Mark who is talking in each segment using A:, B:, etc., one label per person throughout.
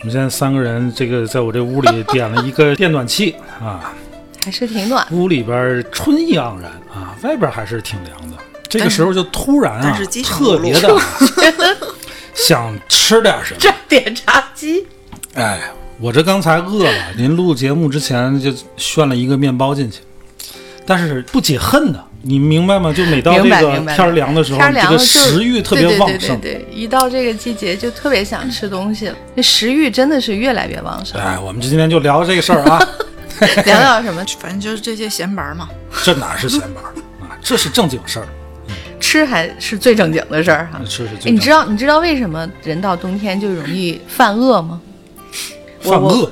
A: 我们现在三个人，这个在我这屋里点了一个电暖气啊，
B: 还是挺暖。
A: 屋里边春意盎然啊，外边还是挺凉的。这个时候就突然
C: 但
A: 啊
C: 是鸡，上不
A: 特
C: 入
A: 别的 想吃点什么。
B: 这点炸鸡，
A: 哎，我这刚才饿了，您录节目之前就炫了一个面包进去，但是不解恨呢，你明白吗？就每到这
B: 明白
A: 个
B: 明白
A: 天儿凉的时候，
B: 天儿
A: 你这
B: 凉
A: 个
B: 了就
A: 食欲特别旺盛。
B: 对对对对对，一到这个季节就特别想吃东西了，这食欲真的是越来越旺 盛。
A: 哎，我们今天就聊这个事儿啊，
B: 聊聊什么？
C: 反正就是这些闲白嘛，
A: 这哪是闲玩儿啊，这是正经事儿，
B: 吃还是最正经的事 儿哈。
A: 这是最
B: 哎你知
A: 道
B: 道你知道为什么人到冬天就容易犯饿吗？
A: 犯
B: 我
A: 恶，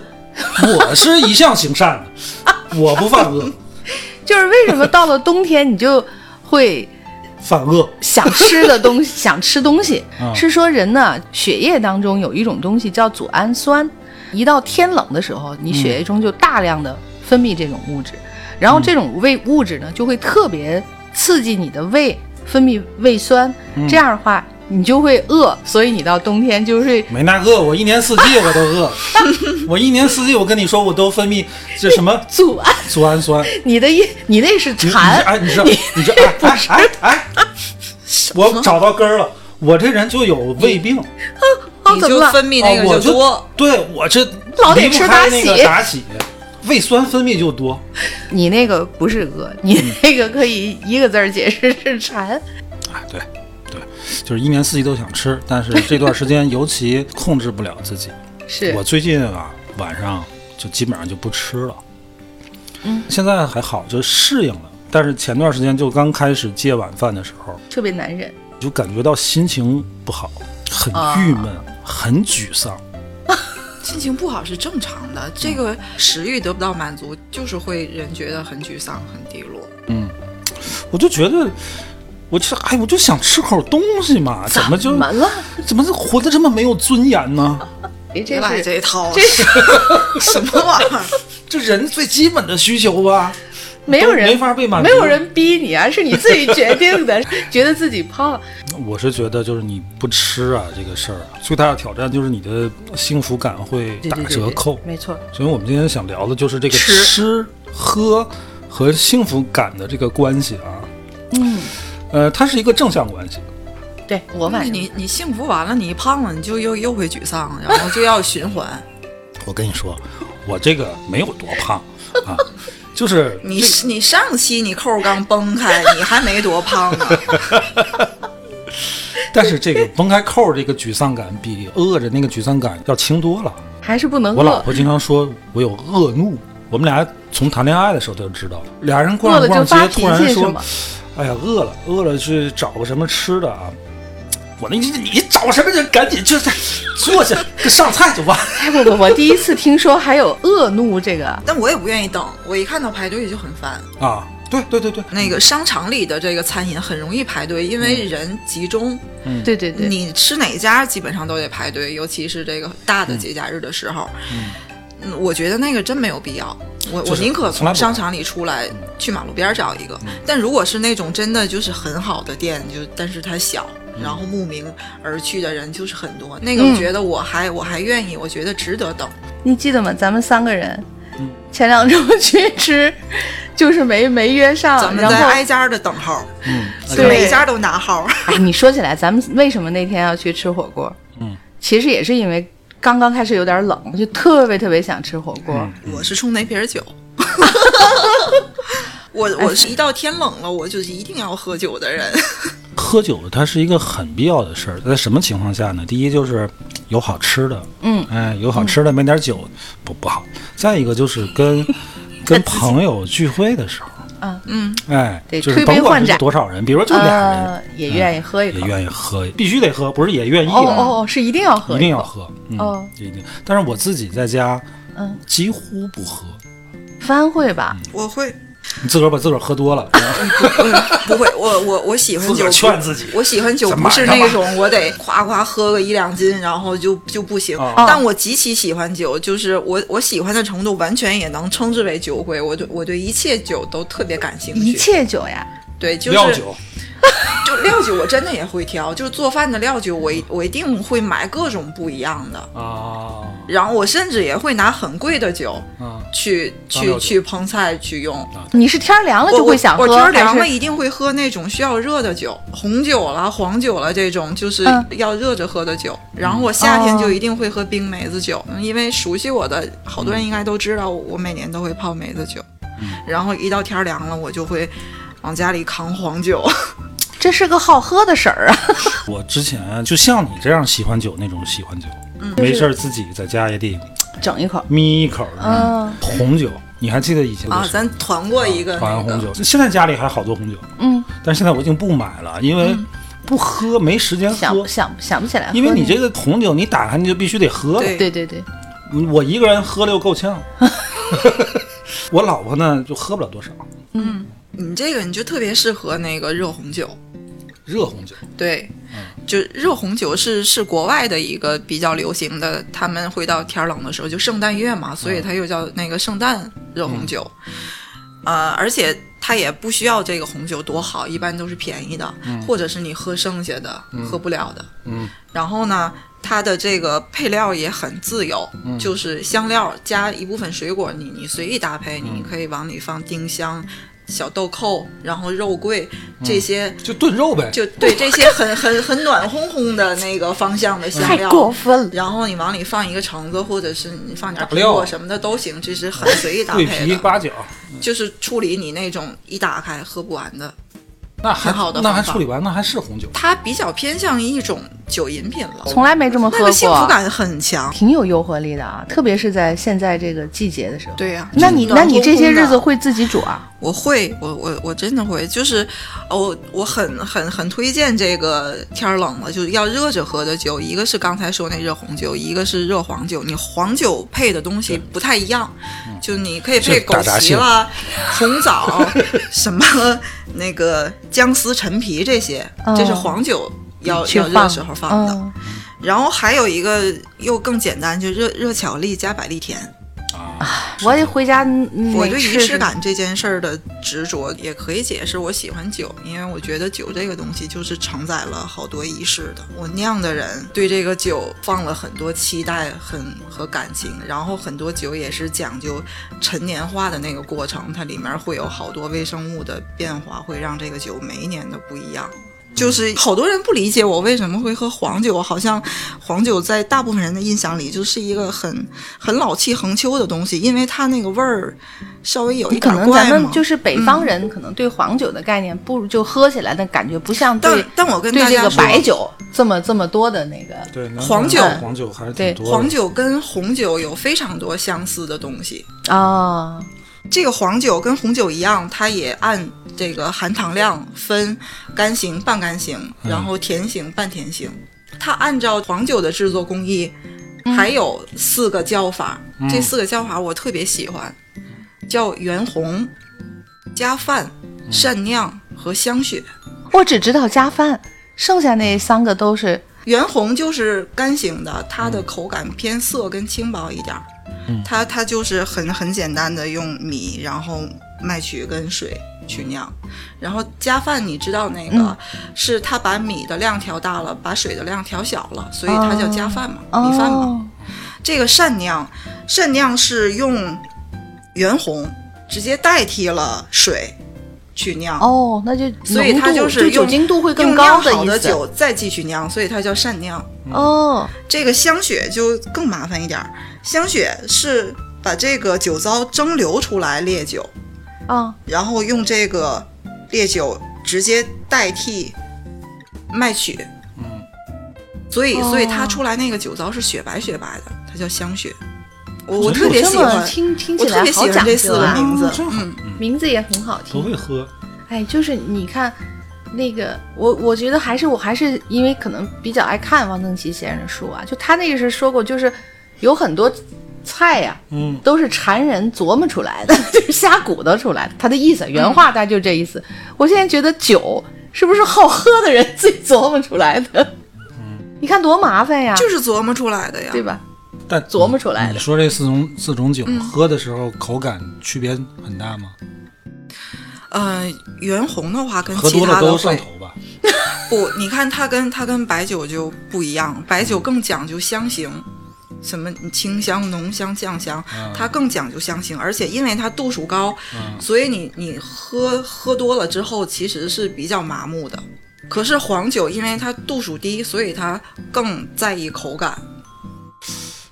A: 我是一向行善的， 我不犯恶，
B: 就是为什么到了冬天你就会
A: 犯恶
B: 想吃的 东西，想吃东西
A: 啊，
C: 嗯
B: 是说人呢血液当中有一种东西叫组氨酸，一到天冷的时候，你血液中就大量的分泌这种物质，然后这种胃物质呢就会特别刺激你的胃分泌胃酸，
C: 嗯
B: 这样的话你就会饿，所以你到冬天就会
A: 没那饿，我一年四季我都饿，我一年四季我跟你说我都分泌这什么
B: 组氨，
A: 组氨酸。
B: 你的一你那是
A: 你
B: 馋，
C: 啊
A: 你这哎，你这你这哎哎哎哎，我找到根儿了，我这人就有胃病，
B: 哦
C: 你
B: 怎么
C: 就
B: 了？
C: 分泌那
A: 哦我
C: 个
A: 就
C: 多。
A: 对我这
B: 老得
A: 离不
B: 吃
A: 开
B: 达
A: 那个
B: 喜
A: 达喜，胃酸分泌就多。
B: 你那个不是饿，你那个可以一个字儿解释是馋。
A: 啊，对对，就是一年四季都想吃，但是这段时间尤其控制不了自己。
B: 是
A: 我最近啊，晚上就基本上就不吃了。嗯，现在还好，就适应了。但是前段时间就刚开始戒晚饭的时候，
B: 特别难忍。
A: 就感觉到心情不好，很
B: 啊
A: 郁闷，很沮丧。
D: 心情不好是正常的，这个食欲得不到满足，就是会人觉得很沮丧、很低落。
A: 我就觉得，我就哎，我就想吃口东西 嘛，怎么就
B: 怎么了？
A: 怎么就活得这么没有尊严呢？
B: 哎，
D: 别
B: 这
D: 来
B: 是
D: 这一套啊，
B: 这是
D: 什么玩 意儿？
A: 这人最基本的需求啊吧，
B: 没有人
A: 没法被满足
B: 没有人逼你啊，是你自己决定的， 觉得自己胖。
A: 我是觉得就是你不吃啊这个事儿啊，最大的挑战就是你的幸福感会打折扣。
B: 没错。
A: 所以我们今天想聊的就是这个
D: 吃
A: 吃喝和幸福感的这个关系啊，
B: 嗯，
A: 呃，它是一个正向关系。
B: 对我
D: 那
B: 反正
D: 你你幸福完了，你一胖了，你就又又会沮丧，然后就要循环。
A: 我跟你说，我这个没有多胖 啊，就是
D: 你你上期你扣刚崩开，你还没多胖呢。
A: 但是这个崩开扣儿这个沮丧感比饿着那个沮丧感要轻多了。
B: 还是不能
A: 我老
B: 饿，
A: 婆经常说我有恶怒，我们俩从谈恋爱的时候就知道了。俩人逛
B: 饿
A: 着
B: 了就
A: 逛
B: 发
A: 街，
B: 脾
A: 突然
B: 气是
A: 说
B: 吗？：“
A: 哎呀，饿了，饿了，去找个什么吃的啊！”我那你你找什么人？赶紧去坐下，上菜就完。
B: 哎，不不，我第一次听说还有恶怒这个，
D: 但我也不愿意等，我一看到排队就很烦。
A: 啊，对对对对，
D: 那个商场里的这个餐饮很容易排队，因为人集中，
B: 对对对，
D: 你吃哪家基本上都得排队，尤其是这个大的节假日的时候。嗯，我觉得那个真没有必要。我
A: 就
D: 我
A: 是
D: 宁可
A: 从来
D: 从
A: 不
D: 商场里出来，去马路边儿找一个。但如果是那种真的就是很好的店，就但是它小，然后慕名而去的人就是很多，那个
B: 嗯
D: 我觉得我还我还愿意，我觉得值得等。
B: 你记得吗？咱们三个人，
A: 嗯
B: 前两周去吃，就是没没约
D: 咱
B: 上，
D: 们
B: 啊然
D: 在
B: 后
D: 挨家儿的等号，
A: 嗯，
B: 对
D: 每一家都拿号。
B: 哎，你说起来，咱们为什么那天要去吃火锅？
A: 嗯，
B: 其实也是因为刚刚开始有点冷，就特别特别想吃火锅。
A: 嗯
D: 我是冲那瓶酒。我我是一到天冷了，我就是一定要喝酒的人。
A: 喝酒它是一个很必要的事儿，在什么情况下呢？第一就是有好吃的，
B: 嗯，
A: 哎，有好吃的没 点酒不不好。再一个就是跟跟朋友聚会的时候，
B: 啊，
D: 嗯，
A: 哎，
B: 对
A: 就是
B: 推
A: 甭
B: 杯
A: 管
B: 换
A: 是
B: 盏
A: 多少人，比如说就俩人，
B: 呃，也愿意喝一
A: 嗯也
B: 口。
A: 愿意喝，必须得喝，不是也愿意，啊
B: 哦哦哦，是一定要喝，
A: 一定要。喝，嗯，
B: 哦
A: 一定。但是我自己在家
B: 嗯，
A: 几乎不喝，
B: 番会吧，
D: 我会
A: 你自个儿把自个儿喝 多了，然后
D: 不会？我我我喜欢
A: 自个
D: 酒
A: 儿
D: 不，
A: 劝自己
D: 我喜欢酒
A: 怎么
D: 不是
A: 着吧
D: 那种我得夸夸喝个一两斤，然后就就不行。
A: 哦
D: 但我极其喜欢酒，就是我我喜欢的程度完全也能称之为酒鬼。我对我对一切酒都特别感
A: 嗯
D: 兴趣。
B: 一切酒呀，
D: 对，就是
A: 料酒，
D: 就料酒我真的也会挑，就是做饭的料酒我一我一定会买各种不一样的，
A: 啊
D: 然后我甚至也会拿很贵的酒
A: 啊
D: 去
A: 当料酒
D: 去去烹菜去用。
B: 你是天儿凉了
D: 我
B: 就会想喝，
D: 我我天儿凉了
B: 还是
D: 一定会喝那种需要热的酒，红酒啦、黄酒啦这种就是
B: 嗯
D: 要热着喝的酒。然后我夏天
B: 哦
D: 就一定会喝冰梅子酒，嗯因为熟悉我的好多人应该都知道，我我每年都会泡梅子酒。
A: 嗯
D: 然后一到天儿凉了，我就会往家里扛黄酒。
B: 这是个好喝的婶儿啊。
A: 我之前就像你这样喜欢酒那种喜欢酒，
D: 嗯
A: 没事儿自己在家也得
B: 整一口，
A: 眯一口儿。
B: 嗯
A: 红酒，你还记得以前的
D: 啊，
A: 时候
D: 咱团过一个
A: 团
D: 那
A: 完红
D: 个，
A: 酒，现在家里还好多红酒，
B: 嗯，
A: 但是现在我已经不买了，因为不喝没时间喝
B: 想。想想不起来喝那个，
A: 因为你这个红酒，你打开你就必须得喝了。
D: 对
B: 对对对，
A: 我一个人喝了又够呛。 我老婆呢，就喝不了多少
D: 你这个你就特别适合那个热红酒。
A: 热红酒。
D: 对，就热红酒是是国外的一个比较流行的，他们会到天儿冷的时候，就圣诞月嘛，所以它又叫那个圣诞热红酒。呃，而且它也不需要这个红酒多好，一般都是便宜的，或者是你喝剩下的、喝不了的。
A: 嗯，
D: 然后呢，它的这个配料也很自由，就是香料加一部分水果，你你随意搭配，你可以往里放丁香。小豆蔻，然后肉桂这些
A: 就炖肉呗，
D: 就对这些很很很暖烘烘的那个方向的香料，
B: 分了。
D: 然后你往里放一个橙子，或者是你放点
A: 大
D: 苹
A: 料
D: 果什么的都行，这是很随意搭
A: 桂
D: 配
A: 皮、
D: 的，
A: 八角，
D: 就是处理你那种一打开喝不完的。
A: 那还
D: 很好的
A: 那还
D: 方法
A: 处理完，那还是红酒。
D: 它比较偏向于一种酒饮品了，
B: 从来没这么喝
D: 那个幸福
B: 过，啊
D: 感很强。
B: 挺有诱惑力的啊，特别是在现在这个季节的时候。
D: 对呀、
B: 那你
D: 就是
B: 那
D: 暖烘烘的
B: 你这些日子会自己煮啊？
D: 我会，我我我真的会，就是，呃我我很很很推荐这个天儿冷了就是要热着喝的酒，一个是刚才说那热红酒，一个是热黄酒。你黄酒配的东西不太一样，就你可以配
A: 是
D: 枸
A: 大闸
D: 杞
A: 蟹
D: 啦、红枣、什么那个姜丝、陈皮这些，这是
B: 哦
D: 黄酒要
B: 去
D: 要热
B: 放
D: 时候放的。
B: 嗯，
D: 然后还有一个又更简单，就热热巧克力加百利甜。
A: 啊
B: 我得回家嗯
D: 我对仪
B: 试试
D: 式感这件事儿的执着，也可以解释我喜欢酒，因为我觉得酒这个东西就是承载了好多仪式的。我酿的人对这个酒放了很多期待，很和感情，然后很多酒也是讲究陈年化的那个过程，它里面会有好多微生物的变化，会让这个酒每一年都不一样。就是好多人不理解我为什么会喝黄酒，好像黄酒在大部分人的印象里就是一个很很老气横秋的东西，因为它那个味儿稍微有一
B: 可
D: 点
B: 能咱
D: 怪嘛嗯
B: 们。就是北方人，可能对黄酒的概念，不如就喝起来的感觉不像
D: 但
B: 对
D: 但我跟
B: 对
D: 大
B: 这
D: 家
B: 个
D: 说，
B: 白酒这么这么多的那个。
A: 对，南
D: 黄
A: 方
D: 酒
A: 黄酒还是
B: 对
A: 挺多的。
D: 黄酒跟红酒有非常多相似的东西。
B: 啊，
D: 这个黄酒跟红酒一样，它也按这个含糖量分干型、半干型，
A: 嗯
D: 然后甜型、半甜型。它按照黄酒的制作工艺，还有四个叫法，这四个叫法我特别喜欢，叫原红、加饭、善酿和香雪。
B: 我只知道加饭，剩下那三个都是
D: 原红就是干型的，它
B: 嗯
D: 的口感偏涩跟轻薄一点儿。它它就是很很简单的用米，然后麦曲跟水去酿。然后加饭，你知道那个、
B: 嗯
D: 是它把米的量调大了，把水的量调小了，所以它叫加饭嘛，
B: 哦
D: 米饭嘛。这个善酿，善酿是用原红直接代替了水去酿。
B: 哦，那就
D: 所以它
B: 浓度
D: 就
B: 就是酒
D: 用
B: 精度会更
D: 用
B: 高
D: 酿好
B: 意
D: 的
B: 思。
D: 酒嗯再继续酿，所以它叫善酿。
B: 哦，
D: 这个香雪就更麻烦一点儿，香雪是把这个酒糟蒸馏出来烈酒，
B: 啊，
D: 然后用这个烈酒直接代替麦曲，
A: 嗯，
D: 所以
B: 哦
D: 所以它出来那个酒糟是雪白雪白的，它叫香雪。我我特别喜
B: 这么
D: 欢，
B: 听听
D: 我
B: 起
D: 特
B: 来
D: 别
B: 好
D: 喜
B: 讲
D: 欢这四
B: 究
D: 个
B: 啊，
D: 名字
A: 哦，真好
D: 嗯，
B: 名字也很好
A: 都
B: 听。
A: 会喝，
B: 哎，就是你看，那个我我觉得还是我还是因为可能比较爱看汪曾祺先生的书啊，就他那个是说过，就是有很多菜呀、
A: 嗯，
B: 都是馋人琢磨出来的， 就是瞎鼓捣出来的。他的意思，
D: 嗯
B: 原话大概就这意思。我现在觉得酒是不是好喝的人自己琢磨出来的？你看多麻烦呀，
D: 嗯就是琢磨出来的呀
B: 对。吧？
A: 但
B: 琢磨出来的
A: 你说这四种四种酒喝的时候口感区别很大吗？
D: 嗯、袁弘的话跟
A: 喝
D: 其
A: 多了
D: 他
A: 都
D: 的
A: 上
D: 会
A: 头吧？
D: 不，你看它跟它跟白酒就不一样，白
A: 嗯
D: 酒更讲究香型，什么清香、浓香、酱香，它更讲究香型，而且因为它度数高，
A: 嗯
D: 所以你你喝喝多了之后其实是比较麻木的。可是黄酒因为它度数低，所以它更在意口感。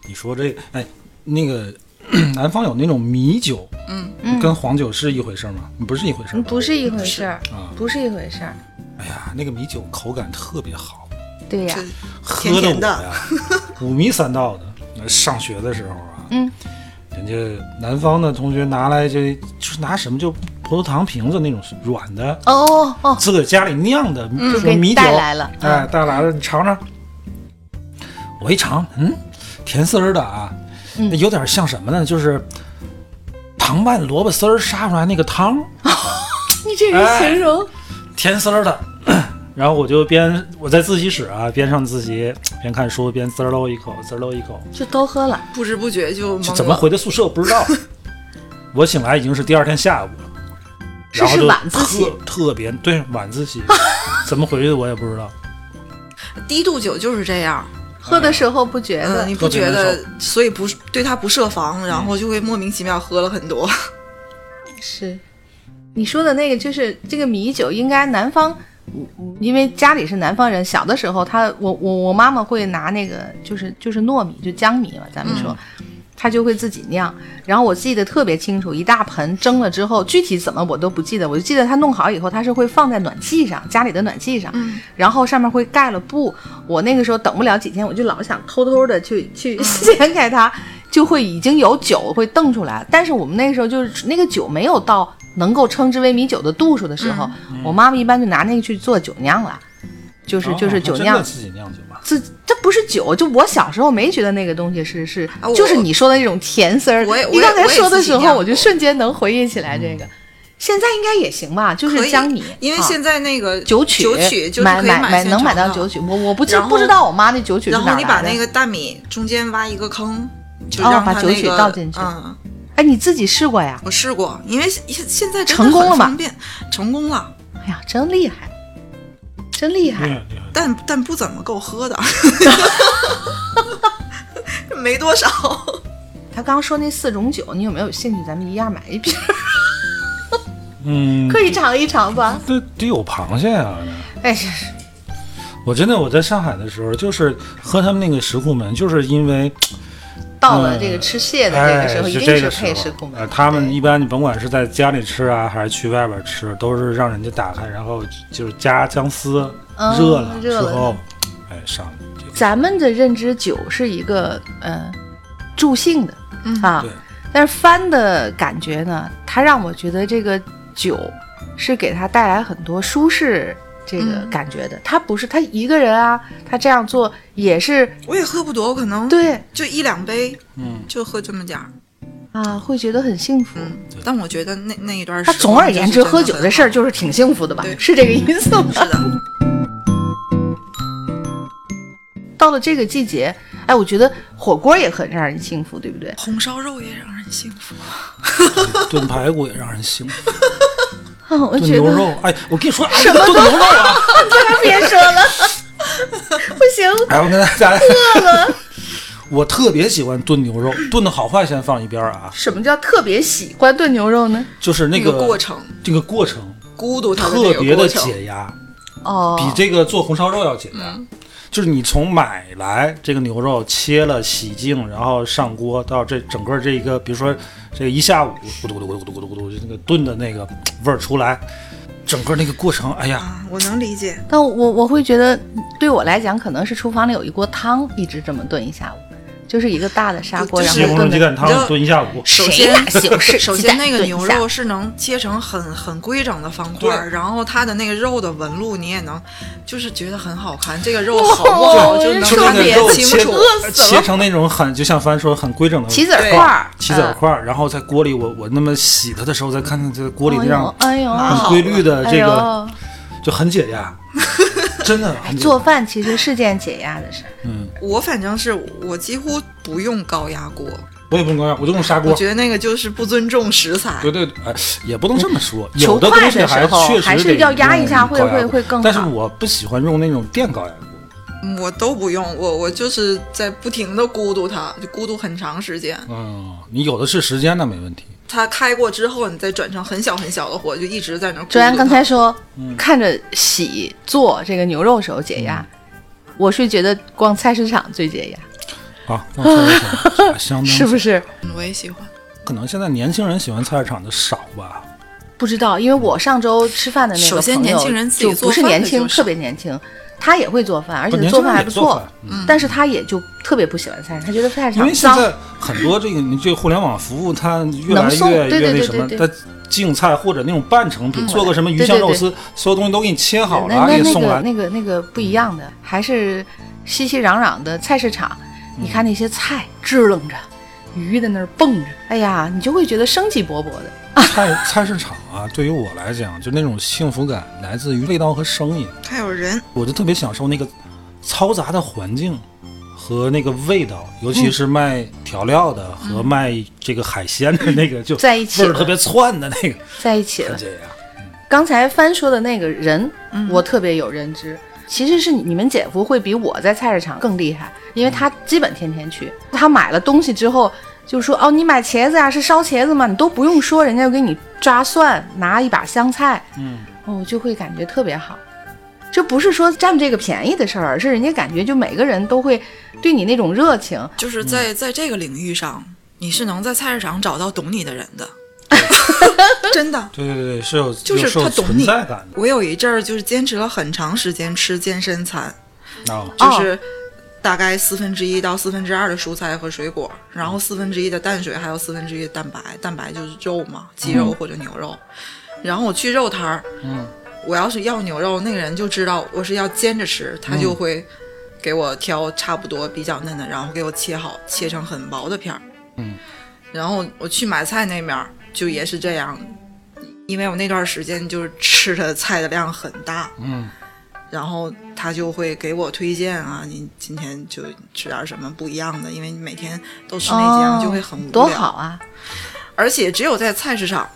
A: 你说这哎，那个 南方有那种米酒，
D: 嗯，
A: 跟黄酒是一回事儿吗？不是一回事儿吧。
B: 嗯不是一回事儿
D: 嗯
A: 啊，
B: 不是一回事儿。
A: 哎呀，那个米酒口感特别好，
B: 对呀
D: 这，
A: 喝
D: 甜
A: 的我
D: 甜的
A: 呀 五迷三道的。那上学的时候啊，
B: 嗯，
A: 人家南方的同学拿来这就是拿什么就葡萄糖瓶子那种软的，
B: 哦哦，
A: 自个儿家里酿的，
B: 就
A: 什么
B: 嗯给
A: 米
B: 你
A: 酒
B: 带来了。嗯
A: 哎，带来了，你尝尝。我一尝，嗯，甜丝儿的啊，
B: 嗯
A: 那有点像什么呢？就是糖拌萝卜丝儿杀出来那个汤，
B: 你这
D: 哎
B: 人形容，
A: 甜丝儿的。 然后我就边我在自习室啊，边上自习边看书边滋儿喽一口，滋儿喽一口，
B: 就都喝了。
D: 不知不觉就懵
A: 就
D: 了。
A: 怎么回的宿舍不知 道。我醒来已经是第二天下午了，
B: 是
A: 然后
B: 是
A: 就
B: 晚自习
A: 特特别对晚自 习，怎么回去的我也不知道。
D: 低度酒就是这样，
B: 喝的时候不觉
D: 嗯，
B: 得，
D: 你不
A: 特别
D: 觉
A: 难嗯
D: 得？所以不是对它不设防，然后就会莫名其妙喝了很多。
B: 是你说的那个，就是这个米酒，应该南方，嗯嗯因为家里是南方人，小的时候他我我我妈妈会拿那个就是就是糯米，就江米嘛，咱们说。她就会自己酿，然后我记得特别清楚，一大盆蒸了之后，具体怎么我都不记得，我就记得她弄好以后，她是会放在暖气上，家里的暖气上，
A: 嗯
B: 然后上面会盖了布。我那个时候等不了几天，我就老想偷偷的去去掀开它，就会已经有酒会瞪出来。但是我们那个时候就是那个酒没有到能够称之为米酒的度数的时候，
A: 嗯
B: 我妈妈一般就拿那个去做酒酿了，就是就
A: 哦
B: 是
A: 还
B: 酒
A: 真的
B: 酿。
A: 自己酿酒吧。
B: 这这不是酒，就我小时候没觉得那个东西是是
D: 啊，我
B: 就是你说的那种甜丝儿。
D: 我也我
B: 你
D: 也
B: 刚才
D: 我也
B: 说的
D: 自己
B: 时候，
D: 酿
B: 我就
D: 过
B: 瞬间能回忆起来这个。现在应该也行吧，就
D: 可
B: 是
D: 以
B: 江米，
D: 因为
B: 啊
D: 现在那个
B: 酒曲，
D: 酒曲就是
B: 买
D: 可以
B: 买
D: 买现
B: 能买
D: 成
B: 到
D: 的
B: 酒曲，我我不知
D: 然后
B: 不知道我妈那酒曲是
D: 然
B: 哪儿
D: 后你把
B: 来的。
D: 那个大米中间挖一个坑，就
B: 哦
D: 让
B: 把
D: 它
B: 酒
D: 那
B: 曲
D: 个
B: 倒进去
D: 嗯，
B: 哎，你自己试过呀？
D: 我试过，因为现现在真的
B: 成功
D: 很
B: 了吧
D: 方便，成功了，
B: 哎呀，真厉害，真厉害！
A: 厉害厉害！
D: 但但不怎么够喝的，没多少。
B: 他刚说那四种酒，你有没有兴趣？咱们一样买一瓶，
A: 嗯，
B: 可以尝一尝吧。
A: 这得有螃蟹啊！
B: 哎呀，
A: 我真的我在上海的时候，就是喝他们那个石库门，就是因为
B: 到了这个吃蟹的这个时候，
A: 哎
B: 一
A: 是
B: 定
A: 这
B: 是
A: 个时
B: 配
A: 候
B: 石库门
A: 呃。他们
B: 对
A: 一般你甭管是在家里吃啊，还是去外边吃，都是让人家打开，然后就是加姜丝，
B: 嗯
A: 热了之
B: 热了
A: 后，哎上这个
B: 咱们的认知酒是一个呃助兴的、啊
A: 对，
B: 但是翻的感觉呢，它让我觉得这个酒是给他带来很多舒适这个感觉的。他不是他一个人啊，他这样做也是
D: 我也喝不多，我可能
B: 对
D: 就一两杯，
A: 嗯，
D: 就喝这么点儿。
B: 啊，会觉得很幸福。
D: 嗯，但我觉得那那一段时
B: 他
D: 光
B: 总而言之，
D: 就是真的
B: 喝酒
D: 很
B: 这事儿
D: 好
B: 就是挺幸福的吧
D: 对？
B: 是这个意思吗？
D: 是的，
B: 到了这个季节，哎，我觉得火锅也很让人幸福，对不 对？
D: 红烧肉也让人幸福。
A: 炖排骨也让人兴奋，
B: 啊，我
A: 炖
B: 觉
A: 牛
B: 得
A: 肉，哎，我跟你说，哎，
B: 什么
A: 炖牛肉 啊，
B: 别说 了，不行。
A: 哎，我跟大家饿了， 我特别喜欢炖牛肉，炖的好坏先放一边儿啊，
B: 什么叫特别喜欢炖牛肉呢？
A: 就是那
D: 那
A: 个
D: 过，程，
A: 这个过程
D: 孤独它的
A: 特
D: 那
A: 别
D: 个
A: 的
D: 过程，
A: 解压。
B: 哦，
A: 比这个做红烧肉要简单。就是你从买来这个牛肉切了洗净，然后上锅到这整个这一个，比如说这一下午咕嘟咕嘟咕嘟咕嘟咕嘟咕嘟就那个炖的那个味儿出来，整个那个过程，哎呀，
D: 啊，我能理解。
B: 但我我会觉得，对我来讲，可能是厨房里有一锅汤，一直这么炖一下午。就是一个大的砂锅，
D: 就
B: 然
D: 是
A: 西
B: 后
A: 红柿
B: 炖
A: 鸡
B: 的。
A: 蛋汤炖一下午，
D: 首
B: 谁
D: 先
B: 拿 西红柿？
D: 首
B: 鸡
D: 先
B: 蛋
D: 那个
B: 炖
D: 牛
B: 一下
D: 肉是能切成很很规整的方块儿，
A: 对
D: 然后它的那个肉的纹路你也能，就是觉得很好看。这个肉好不好就能
A: 就
B: 哦特
A: 那
D: 分
A: 个
B: 别
D: 辨
A: 肉
D: 清
A: 切
D: 楚。
A: 切成那种很就像帆说很规整的
B: 棋子儿
D: 对
B: 块儿，
A: 棋子儿
B: 嗯
A: 块儿，然后在锅里我我那么洗它的时候，再看看这锅里那样
B: 哎呦，哎
A: 很
B: 呦
A: 规律的
B: 哎
A: 这个，
B: 呦，
A: 就很解 压，真的很解
B: 做饭其实是件解压的事儿。
A: 嗯，
D: 我反正是我几乎不用高压锅，
A: 我也不用高压，我就用砂
D: 我
A: 锅。
D: 觉得那个就是不尊重食材
A: 对。对，对哎，也不能这么说，
B: 求
A: 有的
B: 快
A: 东西
B: 嗯的时
A: 还
B: 候
A: 确实
B: 还是
A: 得
B: 要压一下
A: 用
B: 会
A: 高压
B: 会
A: 锅
B: 会更
A: 但是
B: 好
A: 我不喜欢用那种电高压锅，
D: 我都不用，我我就是在不停的咕嘟它，就咕嘟很长时间。
A: 嗯，你有的是时间那没问题。
D: 它开过之后，你再转成很小很小的火，就一直在那咕嘟它。
B: 卓然刚才说，
A: 嗯
B: 看着洗做这个牛肉时候解压，
A: 嗯
B: 我是觉得逛菜市场最解压，
A: 啊，跟我说 一下，哎相当
B: 是不是？
D: 嗯我也喜欢。
A: 可能现在年轻人喜欢菜市场的少吧？
B: 不知道，因为我上周吃饭的那个
D: 首先
B: 朋友
D: 年轻人自己
B: 就
D: 做
B: 不是
D: 饭
B: 年
D: 的
B: 轻，
D: 就
B: 特
D: 少
B: 别年轻，他也会做饭，而
A: 不
B: 且
A: 哦年
B: 做
A: 轻人
B: 饭还
A: 也
B: 不
A: 做
B: 错
A: 饭。
D: 嗯
B: 但是他也就特别不喜欢菜市场，他觉得菜
A: 因
B: 市场
A: 为现
B: 脏。
A: 在很多这个你这个互联网服务，它越来
B: 能送
A: 越
B: 对
A: 越
B: 对
A: 那
B: 对
A: 什么，
B: 对
A: 它
B: 对
A: 竞菜或者那种半成品，
B: 嗯
A: 做个什么鱼
B: 对
A: 香
B: 对
A: 肉
B: 对
A: 丝，所有东西都给你切好
B: 那
A: 了，嗯
B: 那
A: 给你
B: 那
A: 送
B: 个
A: 来。
B: 那个那个不一样的，还是熙熙攘攘的菜市场。
A: 嗯
B: 你看那些菜支棱着，鱼在那儿蹦着，哎呀，你就会觉得生机勃勃的。
A: 菜菜市场啊，对于我来讲，就那种幸福感来自于味道和声音，
D: 还有人，
A: 我就特别享受那个嘈杂的环境。和那个味道，尤
B: 嗯
A: 其是卖调料的和卖这个海鲜的那个，就
B: 在一起
A: 味儿
B: 了
A: 特别窜的那个，
B: 在一起了
A: 很。解压。
B: 刚才帆说的那个人，
A: 嗯
B: 我特别有认知。其实是你们姐夫会比我在菜市场更厉害，因为他基本天天去。他买了东西之后就说：“哦，你买茄子呀、是烧茄子吗？”你都不用说，人家就给你抓蒜，拿一把香菜，
A: 嗯，
B: 哦，就会感觉特别好。这不是说占这个便宜的事儿，而是人家感觉就每个人都会对你那种热情。
A: 嗯
D: 就是在在这个领域上，你是能在菜市场找到懂你的人的，真的。
A: 对对对，是有
D: 就是
A: 有是有
D: 他懂
A: 存
D: 你
A: 在感
D: 我有一阵儿就是坚持了很长时间吃健身餐，
A: 的啊。
D: 就是大概四分之一到四分之二的蔬菜和水果，然后四分之一的淡水，还有四分之一的蛋白，蛋白就是肉嘛，鸡肉或者牛肉。然后我去肉摊儿，
A: 嗯，
D: 我要是要牛肉，那个人就知道我是要煎着吃，他
A: 嗯
D: 就会给我挑差不多比较嫩的，然后给我切好，切成很薄的片儿。
A: 嗯，
D: 然后我去买菜那面儿就也是这样，因为我那段时间就是吃的菜的量很大，
A: 嗯，
D: 然后他就会给我推荐啊，你今天就吃点什么不一样的，因为你每天都吃那几样就会很无聊。
B: 多好！啊！
D: 而且只有在菜市场，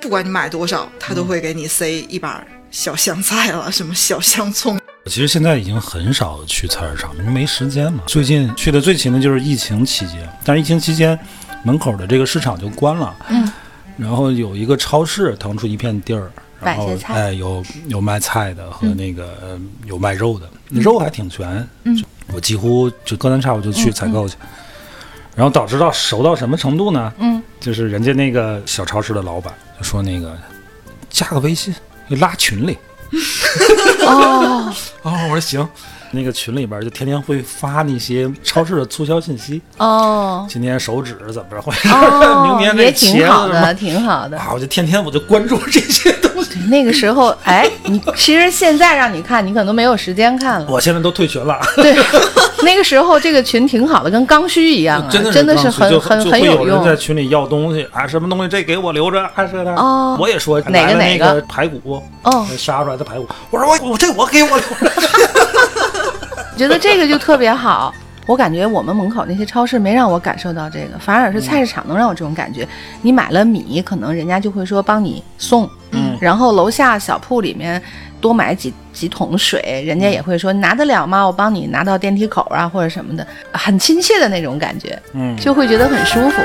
D: 不管你买多少，他都会给你塞一把小香菜了，什么小香葱。
A: 我其实现在已经很少去菜市场，因为没时间嘛。最近去的最勤的就是疫情期间，但是疫情期间门口的这个市场就关了，
B: 嗯，
A: 然后有一个超市腾出一片地儿，然后
B: 摆些菜嗯
A: 哎有有卖菜的和那个、呃有卖肉的，肉还挺全，嗯，我几乎就隔三差五就去采购去。然后导致到熟到什么程度呢？
B: 嗯，
A: 就是人家那个小超市的老板就说那个加个微信，就拉群里，
B: 哦
A: 哦，我说行。那个群里边就天天会发那些超市的促销信息，
B: 哦
A: 今天手指怎么着，或者
B: 哦，
A: 明天那
B: 也
A: 茄
B: 挺好
A: 子什
B: 的，
A: 么
B: 挺好的。
A: 啊，我就天天我就关注这些东西。
B: 那个时候，哎，你其实现在让你看，你可能都没有时间看了。
A: 我现在都退群了，
B: 对，那个时候这个群挺好的，跟刚需一样 啊，
A: 真
B: 真
A: 的
B: 是
A: 当时就
B: 很很
A: 就
B: 很
A: 会有人
B: 用
A: 在。群里要东西啊，什么东西这给我留着，啊是的。
B: 哦
A: 我也说
B: 哪
A: 来
B: 个
A: 了
B: 哪
A: 那
B: 个
A: 个排骨，
B: 哦，
A: 杀出来的排骨，我说我我这我给我留着。
B: 觉得这个就特别好。我感觉我们门口那些超市没让我感受到这个，反而是菜市场能让我这种感觉。你买了米，可能人家就会说帮你送，
A: 嗯
B: 然后楼下小铺里面多买几几桶水，人家也会说、你拿得了吗？我帮你拿到电梯口啊或者什么的，很亲切的那种感觉，
A: 嗯，
B: 就会觉得很舒服。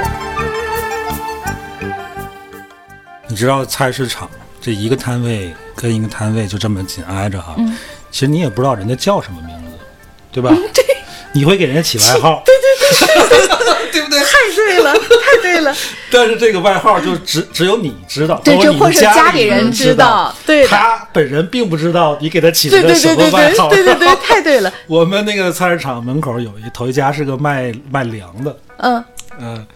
A: 你知道菜市场这一个摊位跟一个摊位就这么紧挨着哈，啊
B: 嗯
A: 其实你也不知道人家叫什么名字，对吧？你会给人家起外号，对对
D: 对不对？
B: 太对了，太对了，
A: 但是这个外号就只只有你知道，
B: 对，
A: 包括
B: 就
A: 你
B: 或
A: 们
B: 者家
A: 里
B: 人
A: 知
B: 道，，对的，
A: 他本人并不知道你给他起了
B: 对
A: 个
B: 对
A: 什
B: 对
A: 么
B: 对
A: 外号。
B: 对对对对，太对了，
A: 我们那个菜市场门口有一头一家是个卖卖粮的，
B: 嗯，
A: 嗯，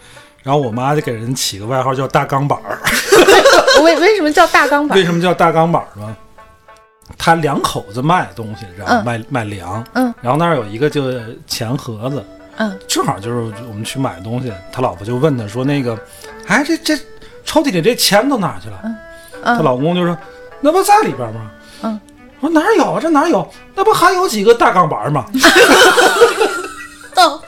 A: 然后我妈就给人起个外号叫大钢板儿。
B: 为为什么叫大钢板？
A: 为什么叫大钢板儿呢？他两口子卖东西，然后
B: 嗯
A: 卖、卖粮，
B: 嗯，
A: 然后那儿有一个就钱盒子，
B: 嗯，
A: 正好就是我们去买东西，他老婆就问他说那个，哎，这这抽屉里这钱都哪去了？
B: 嗯
A: 她老公就说，那不在里边吗？
B: 嗯，
A: 我说哪儿有啊，这哪儿有？那不还有几个大钢板儿 吗？
B: 哦，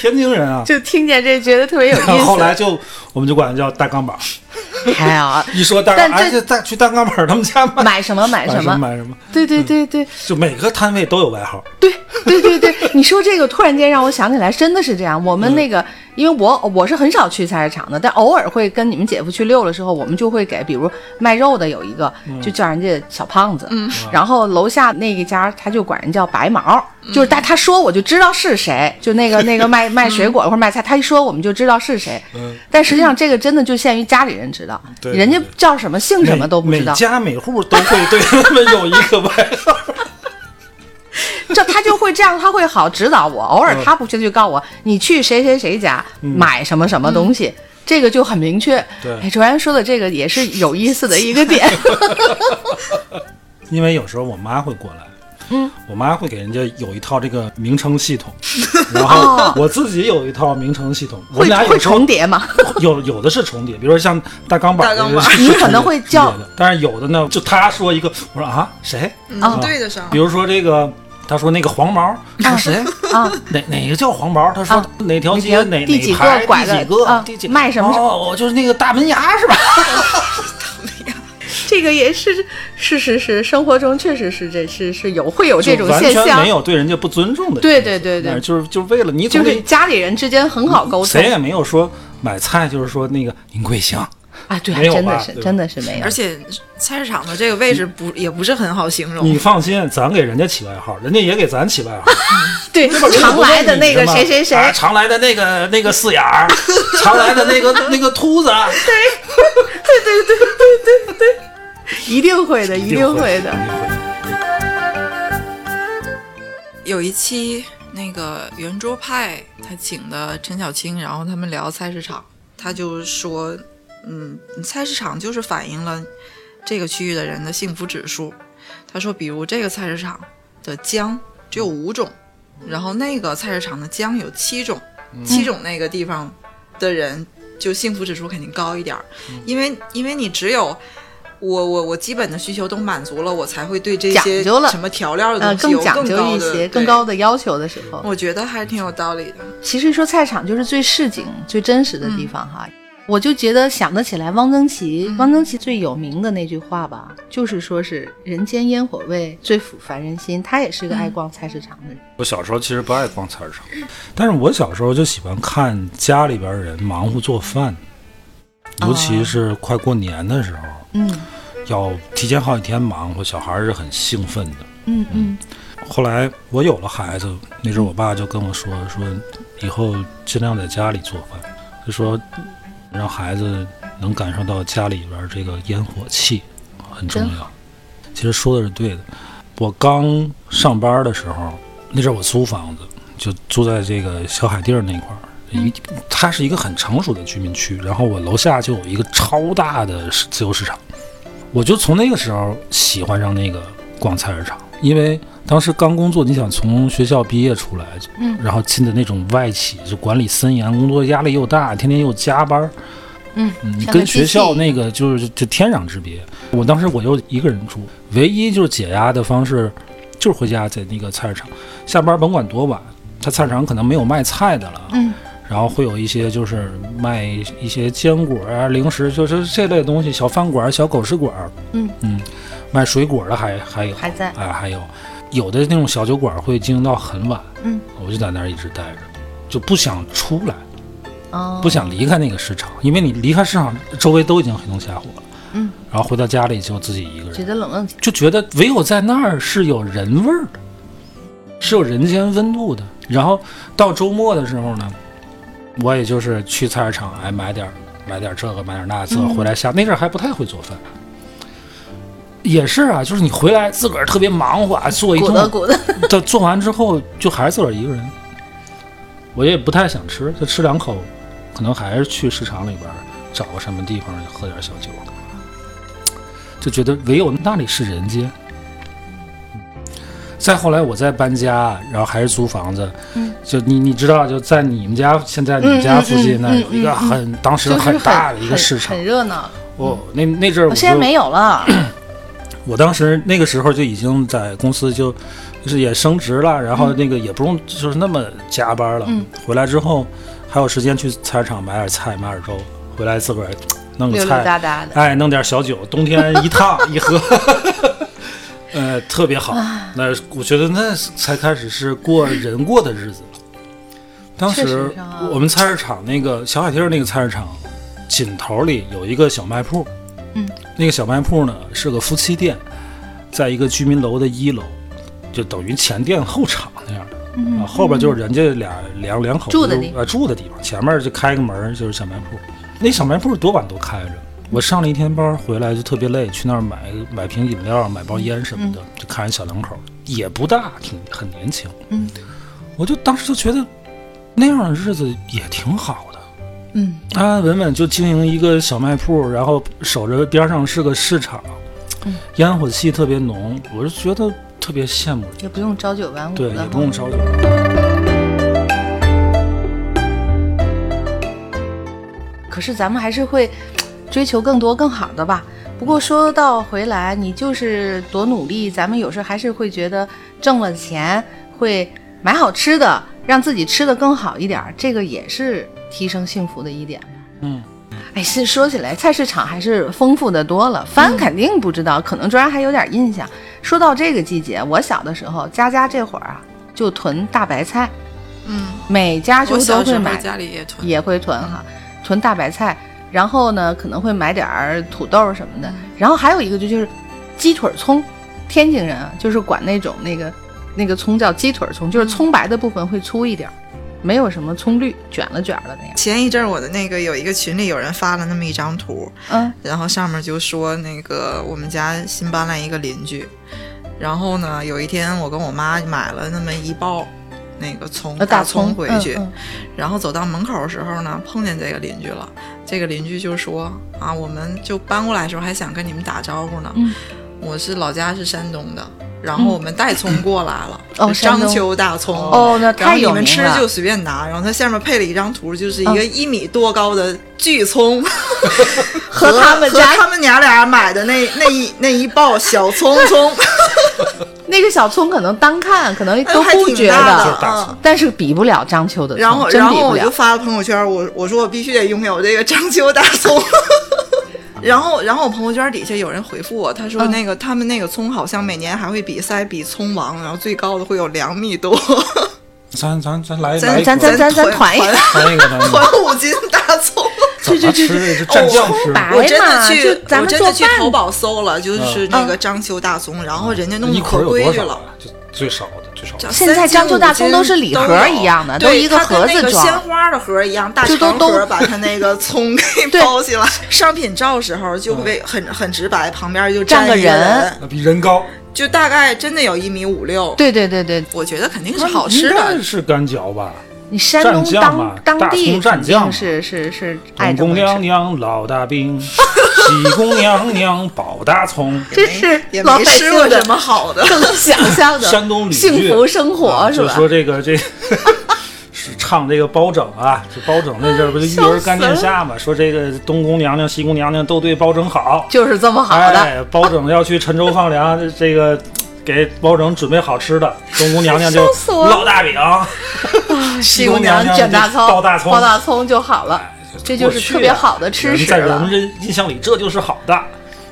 A: 天津人啊。
B: 就听见这觉得特别有意
A: 然后
B: 思。
A: 后来就我们就管他叫大钢板儿，
B: 还啊，
A: 一说大钢板儿，
B: 但
A: 哎，
B: 这
A: 这大去大钢板儿他们家买
B: 买什么买什
A: 么
B: 么？
A: 买什么，
B: 对对对对
A: 就每个摊位都有外号。
B: 对对对对，你说这个突然间让我想起来，真的是这样。我
A: 嗯
B: 们那个，因为我我是很少去菜市场的，但偶尔会跟你们姐夫去溜的时候，我们就会给，比如卖肉的有一个，
A: 嗯
B: 就叫人家小胖子，然后楼下那一家他就管人叫白毛，就是但他说我就知道是谁，就那个那个卖卖水果或者卖菜，他一说我们就知道是谁。
A: 嗯，
B: 但实际上这个真的就限于家里人知道，
A: 对
B: 人家叫什么姓什么都不知
A: 每
B: 道
A: 每，家每户都会对他们有一个外号。
B: 这他 就会这样，他会好指导我。偶尔
A: 嗯
B: 他不去就告我，你去谁谁谁家买什么什么东西，这个就很明确。
A: 嗯对
B: 哎，卓然说的这个也是有意思的一个点。
A: 因为有时候我妈会过来，
B: 嗯，
A: 我妈会给人家有一套这个名称系 统，然后我自己有一套名称系统， 我
B: 哦会
A: 们俩
B: 会
A: 有时候
B: 重叠吗？
A: 有有的是重叠，比如说像大钢板儿，
D: 大钢板儿
A: 是
B: 你
A: 重叠
B: 可能会叫
A: 重叠的，但是有的呢，就她说一个，我说啊谁？
B: 啊
D: 嗯，对得上
A: 比。如说这个。她说那个黄毛，她说谁？
B: 啊，
A: 哪哪个叫黄毛？她说
B: 啊
A: 哪条
B: 哪
A: 街
B: 条
A: 哪
B: 第
A: 哪
B: 几个
A: 排第
B: 拐
A: 几
B: 的
A: 个
B: 啊
A: 第几
B: 卖什么
A: 哦，我就是那个大门牙是吧？
B: 这个也是是是是，生活中确实是这是是有会有
A: 就
B: 这种
A: 完
B: 现
A: 全
B: 象
A: 没，有对人家不尊重的意思。
B: 对对对对
A: 那就是就是为了你总
B: 就
A: 得，
B: 是家里人之间很好沟通
A: 谁。也没有说买菜就是说那个您贵姓，
B: 啊，对，还
A: 没有
B: 真的
A: 吧
B: 是
A: 对吧
B: 真的是没有
D: 而。且菜市场的这个位置不也不是很好形容
A: 你，放心，咱给人家起外号，人家也给咱起外号。
B: 对， 常来的那个
A: 人家不
B: 谁
A: 问你
B: 谁谁，
A: 啊常来的那个那个四眼儿，常来的那个那个秃 子，
B: 一定会的，一定会的
A: 一。定会
D: 有一期那个圆桌派，他请的陈小青，然后他们聊菜市场，他就说，嗯，菜市场就是反映了这个区域的人的幸福指数。他说，比如这个菜市场的姜只有五种，然后那个菜市场的姜有七种，七种那个地方的人就幸福指数肯定高一点儿，因为因为你只有。我我我基本的需求都满足了，我才会对这些
B: 讲究了
D: 什么调料的
B: 呃，
D: 东西
B: 更
D: 有
B: 讲究
D: 高
B: 一
D: 的
B: 些，
D: 对
B: 更高的要求的时候，
D: 我觉得还挺有道理的。
B: 其实说菜场就是最市井、最真实的地方哈。我就觉得想得起来汪曾祺，汪曾祺最有名的那句话吧，就是说是“人间烟火味，最抚凡人心”。他也是个爱逛菜市场的人。
A: 我小时候其实不爱逛菜市场，但是我小时候就喜欢看家里边人忙活做饭，尤其是快过年的时候，
B: 嗯
A: 要提前好几天忙活，小孩儿是很兴奋的。
B: 嗯嗯，
A: 后来我有了孩子，那时候我爸就跟我说说，以后尽量在家里做饭，就说让孩子能感受到家里边这个烟火气很重
B: 真
A: 要。
B: 嗯
A: 其实说的是对的。我刚上班的时候，那阵儿我租房子，就租在这个小海地儿那块儿。一，它是一个很成熟的居民区，然后我楼下就有一个超大的市自由市场，我就从那个时候喜欢上那个逛菜市场，因为当时刚工作，你想从学校毕业出来，
B: 嗯，
A: 然后进的那种外企，就管理森严，工作压力又大，天天又加班，
B: 嗯，
A: 你
B: 像
A: 跟
B: 个
A: 学
B: 机
A: 校
B: 器
A: 那个就是就天壤之别。我当时我又一个人住，唯一就是解压的方式就是回家在那个菜市场，下班甭管多晚，他菜市场可能没有卖菜的了，
B: 嗯，
A: 然后会有一些就是卖一些坚果啊、零食，就是这类东西，小饭馆、小狗食馆，
B: 嗯
A: 卖水果的还还有
B: 还在
A: 哎还有，有的那种小酒馆会经营到很晚，
B: 嗯，
A: 我就在那儿一直待着，就不想出来。
B: 哦，
A: 不想离开那个市场，因为你离开市场，周围都已经黑灯瞎火了。
B: 嗯，
A: 然后回到家里就自己一个
B: 觉
A: 人，
B: 得冷冷清
A: 就觉得唯有在那儿是有人味儿的。是有人间温度的。然后到周末的时候呢，我也就是去菜市场，哎，买点儿买点儿这个，买点儿那这，回来下。那阵儿还不太会做饭，也是啊，就是你回来自个儿特别忙活，啊，做一
B: 鼓
A: 顿
B: 捣鼓捣，
A: 到做完之后就还是自个儿一个人，我也不太想吃，就吃两口，可能还是去市场里边儿找个什么地方喝点小酒，就觉得唯有那里是人间。再后来我再搬家，然后还是租房子，
B: 嗯
A: 就你你知道，就在你们家现在你们家附
B: 嗯
A: 近那儿有一个很、当时
B: 就是
A: 很
B: 很
A: 大的一个市场
B: 很，热闹。
A: 我、那那阵儿我嗯
B: 现在
A: 就
B: 没有了，
A: 我当时那个时候就已经在公司就就是也升职了，然后那个也不用就是那么加班了。
B: 嗯
A: 回来之后还有时间去菜市场买点菜，买点粥，回来自个儿弄个
B: 溜溜
A: 菜，
B: 达达的。
A: 哎，弄点小酒，冬天一 烫一喝， 呃，特别好。那我觉得那才开始是过人过的日子。当
B: 确
A: 时
B: 实是啊
A: 我们菜市场那个小海堤儿那个菜市场尽头里有一个小卖铺，
B: 嗯，
A: 那个小卖铺呢是个夫妻店，在一个居民楼的一楼，就等于前店后厂那样的，啊，后边就是人家俩两两口子
B: 嗯住的地
A: 呃住的地方，前面就开个门儿就是小卖铺，那小卖铺多晚都开着。我上了一天班儿回来就特别累，去那儿买买瓶饮料、买包烟什么的，就看人小两口儿也不大，挺很年轻。
B: 嗯，
A: 我就当时就觉得那样的日子也挺好的，
B: 嗯，
A: 安安稳稳就经营一个小卖铺，然后守着边上是个市场，烟火气特别浓，我就觉得特别羡慕人，
B: 也不用朝九晚五
A: 对，
B: 了
A: 也不用着急。
B: 可是咱们还是会追求更多更好的吧。不过说到回来，你就是多努力，咱们有时候还是会觉得挣了钱会买好吃的，让自己吃的更好一点儿，这个也是提升幸福的一点。
A: 嗯，
B: 哎，是说起来，菜市场还是丰富的多了。翻肯定不知道，可能专家还有点印象。说到这个季节，我小的时候，家家这会儿啊，就囤大白菜，
D: 嗯，
B: 每家就
D: 我
B: 都
D: 小时
B: 会
D: 候
B: 买，
D: 家里也囤，
B: 也会囤哈，囤大白菜，然后呢可能会买点儿土豆什么的，
D: 嗯
B: 然后还有一个就就是鸡腿葱，天津人啊就是管那种那个那个葱叫鸡腿葱，
D: 嗯
B: 就是葱白的部分会粗一点儿，没有什么葱绿卷了卷了那样。
D: 前一阵儿我的那个有一个群里有人发了那么一张图，
B: 嗯，
D: 然后上面就说那个我们家新搬来一个邻居，然后呢，有一天我跟我妈买了那么一包那个葱
B: 呃大葱
D: 葱回去，
B: 嗯
D: 然后走到门口的时候呢，碰见这个邻居了。这个邻居就说啊，我们就搬过来的时候还想跟你们打招呼呢。
B: 嗯
D: 我是老家是山东的，然后我们带葱过来了，
B: 哦
D: 是
B: 山
D: 章
B: 东
D: 丘大葱。
B: 嗯哦，那
D: 然后
B: 太
D: 你
B: 有名
D: 们吃
B: 了。嗯
D: 就随便拿，然后它下面配了一张图，就是一个一米多高的巨葱，
B: 和他们家
D: 和他们娘俩买的那那一那一抱小葱葱，
B: 那个小葱可能单看可能 都
D: 哎 还
B: 不
D: 挺
B: 觉
D: 大
A: 就是
D: 的
B: 得，
A: 大葱
D: 嗯。
B: 但是比不了章丘的葱，
D: 然后，
B: 真
D: 然
B: 比
D: 后
B: 不
D: 我就
B: 了。
D: 发了朋友圈，我我说我必须得拥有这个章丘大葱。 然后，然后我朋友圈底下有人回复我，他说
B: 嗯
D: 那个、他们那个葱好像每年还会比赛比葱王，然后最高的会有两米多，
A: 咱咱咱来
D: 咱
A: 来一
B: 咱
A: 口
B: 咱咱 咱团
D: 团
B: 一
D: 团
A: 来一个，咱们
D: 团五斤大葱。
A: 怎么啊吃这是蘸酱吃
B: 哦葱白
D: 我真的
B: 嘛，
D: 去
B: 就，咱
D: 我
B: 们
D: 真
B: 做
D: 的去
B: 饭
D: 淘宝搜了，就是那
B: 嗯
D: 个章丘大葱，然后人家弄
A: 嗯一
D: 可
A: 捆有
D: 规
A: 多
D: 矩
A: 少
D: 了。
A: 啊？就最少的最少的
D: 叫
B: 现在
D: 啊三斤
B: 章丘大葱
D: 五斤
B: 都是礼盒一样的
D: 有
B: 都一个
D: 对它跟
B: 盒子
D: 那个
B: 装
D: 鲜花的盒一样，大
B: 就都
D: 长盒
B: 都
D: 把它那个葱给
B: 对
D: 包起来。商品照时候就会
A: 嗯
D: 很很直白，旁边就
B: 站
D: 站
B: 个
D: 一个
B: 人，
A: 那比人高，
D: 就大概真的有一米五六。，
B: 对对对对，
D: 我觉得肯定是好吃
A: 应
B: 嗯
A: 该
D: 的。
A: 是干嚼吧？
B: 你山东
A: 蘸酱嘛
B: 当当地
A: 大葱蘸
B: 肯
A: 酱嘛
B: 定是是是爱
A: 董公
B: 这么
A: 娘
B: 吃，
A: 娘老大兵，喜公娘娘保大葱，
B: 这是
D: 也
B: 老百
D: 没吃过
B: 姓的，
D: 什么好的
B: 更 想象的
A: 山东吕
B: 幸福生活
A: 啊
B: 是
A: 就
B: 吧？
A: 说这个这是唱这个包拯啊，这包拯那阵儿不是育儿干天下嘛？说这个东宫娘娘、西宫娘娘都对包拯好，
B: 就是这么好的，
A: 哎，包拯要去陈州放粮，这这个给包拯准备好吃的，东宫娘娘就
B: 笑死我了
A: 烙大饼，西
B: 宫
A: 娘
B: 卷大
A: 就爆大葱，哎
B: 包大葱就好了，这就是特别好的吃
A: 啊人
B: 食
A: 在我
B: 了
A: 们。这印象里，这就是好的。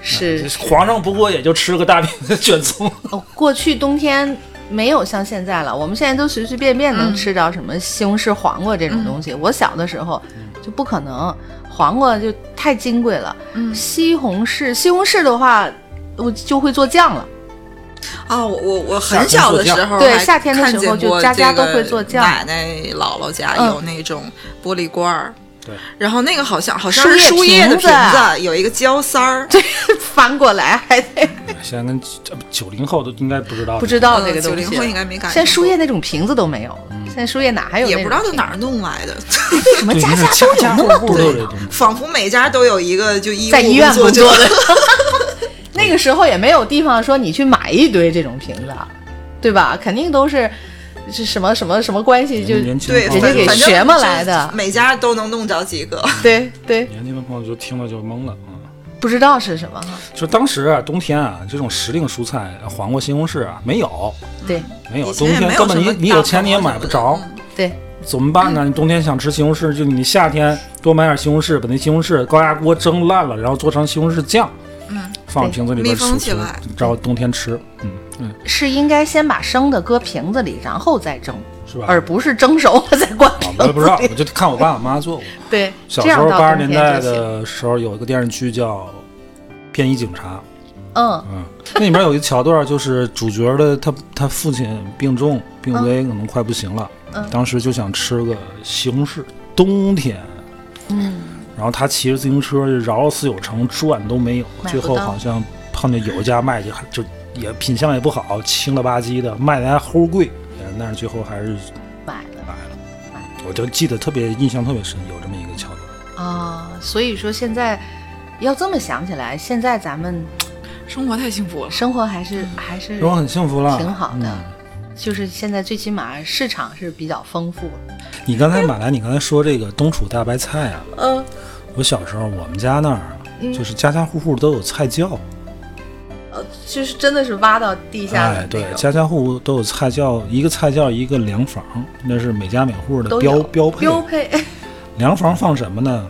B: 是
A: 皇上不过也就吃个大饼卷葱，
B: 哦，过去冬天没有像现在了，我们现在都随随便便
D: 嗯
B: 能吃到什么西红柿、黄瓜这种东西。我小的时候就不可能，黄瓜就太
D: 嗯
B: 金贵了。西红柿，西红柿的话，我就会做酱了。
D: 啊，我我我
A: 夏
D: 很
A: 天
D: 小
A: 做
D: 的
A: 酱
D: 时候
B: 对
D: 还
B: 夏天的
D: 看
B: 时
D: 见
B: 候就
D: 过
B: 家
D: 这
B: 家都
D: 个
B: 会做酱
D: 奶奶姥姥家
B: 嗯
D: 有那种玻璃罐儿。
A: 对，
D: 然后那个好像好像
B: 树
D: 是
B: 叶
D: 树叶的
B: 瓶子
D: 瓶子，有一个胶塞儿，
B: 对，翻过来还得
A: 现在跟这九零后都应该不知道，
B: 不知道这
D: 嗯
B: 个东
D: 九
B: 西。
D: 零后应该没感觉。
B: 现在树叶那种瓶子都没有了，现在树叶哪还有那种
D: 也不知
B: 瓶子？
D: 道是哪儿弄 来的，
A: 什么家家都有那么多这东西。
D: 仿佛每家都有一个就医务
B: 在医院
D: 工
B: 工
D: 作
B: 作的。 那个时候也没有地方说你去买一堆这种瓶子，啊对吧？肯定都是是什么什么什么关系就。
A: 年轻
D: 对，
A: 的
B: 人
A: 朋
B: 家
A: 友
B: 给
D: 反
A: 就
D: 正
B: 学嘛
D: 就
B: 来的
D: 每家都能弄着几个。
B: 对对，
A: 年轻的朋友就听了就懵了啊。
B: 不知道是什么哈。
A: 就当时啊，冬天啊，这种时令蔬菜，黄瓜、西红柿啊，没有，
D: 嗯
B: 对
A: 没有，
D: 以
A: 冬
D: 前也
A: 天
D: 没有
A: 根本
D: 什
A: 你
D: 么
A: 你
D: 大
A: 有钱
D: 棚
A: 你也
D: 啊
A: 买
D: 什
A: 不
D: 么的
A: 着，
B: 对，
A: 怎么办呢？你冬天想吃西红柿，就你夏天多买点西红柿，把那西红柿高压锅蒸烂了，然后做成西红柿酱，嗯，放瓶子里边
D: 密封
A: 储
D: 起
A: 存
D: 来，
A: 然后冬天吃，嗯嗯，
B: 是应该先把生的搁瓶子里，然后再蒸，
A: 是吧？
B: 而不是蒸熟了再灌
A: 啊
B: 瓶
A: 我也
B: 子。
A: 不知道，我就看我爸我妈做过。
B: 对，
A: 小时
B: 这样
A: 候
B: 到
A: 八十
B: 冬
A: 年
B: 天
A: 代
B: 就行，
A: 的时候有一个电视剧叫《便衣警察》，
B: 嗯，
A: 嗯，那里面有一桥段，就是主角的他他父亲病重病危，可能快不行了，
B: 嗯
A: 当时就想吃个西红柿，冬天，嗯，然后他骑着自行车就绕了四九城转都没有，
B: 买不
A: 最后
B: 到
A: 好像碰见有一家卖的还就也品相也不好，青了吧唧的，卖的还齁贵，嗯但是最后还是
B: 买了。
A: 买了，我就记得特别印象特别深，有这么一个桥段。
B: 啊、所以说现在要这么想起来，现在咱们
D: 生活太幸福了，
B: 生活还是还是
A: 生活很幸福了，
B: 挺好的
A: 嗯
B: 就是现在最起码市场是比较丰富的。
A: 你刚才马来，你刚才说这个冬储大白菜啊，
B: 嗯，
A: 我小时候我们家那儿啊就是家家户户都有菜窖，
B: 呃，就是真的是挖到地下的
A: 哎，
B: 那
A: 对，
B: 种
A: 家家户户都有菜窖，一个菜窖一个粮房，那是每家每户的
B: 都
A: 标
B: 有
A: 标配。啊
B: 标配
A: 粮房放什么呢？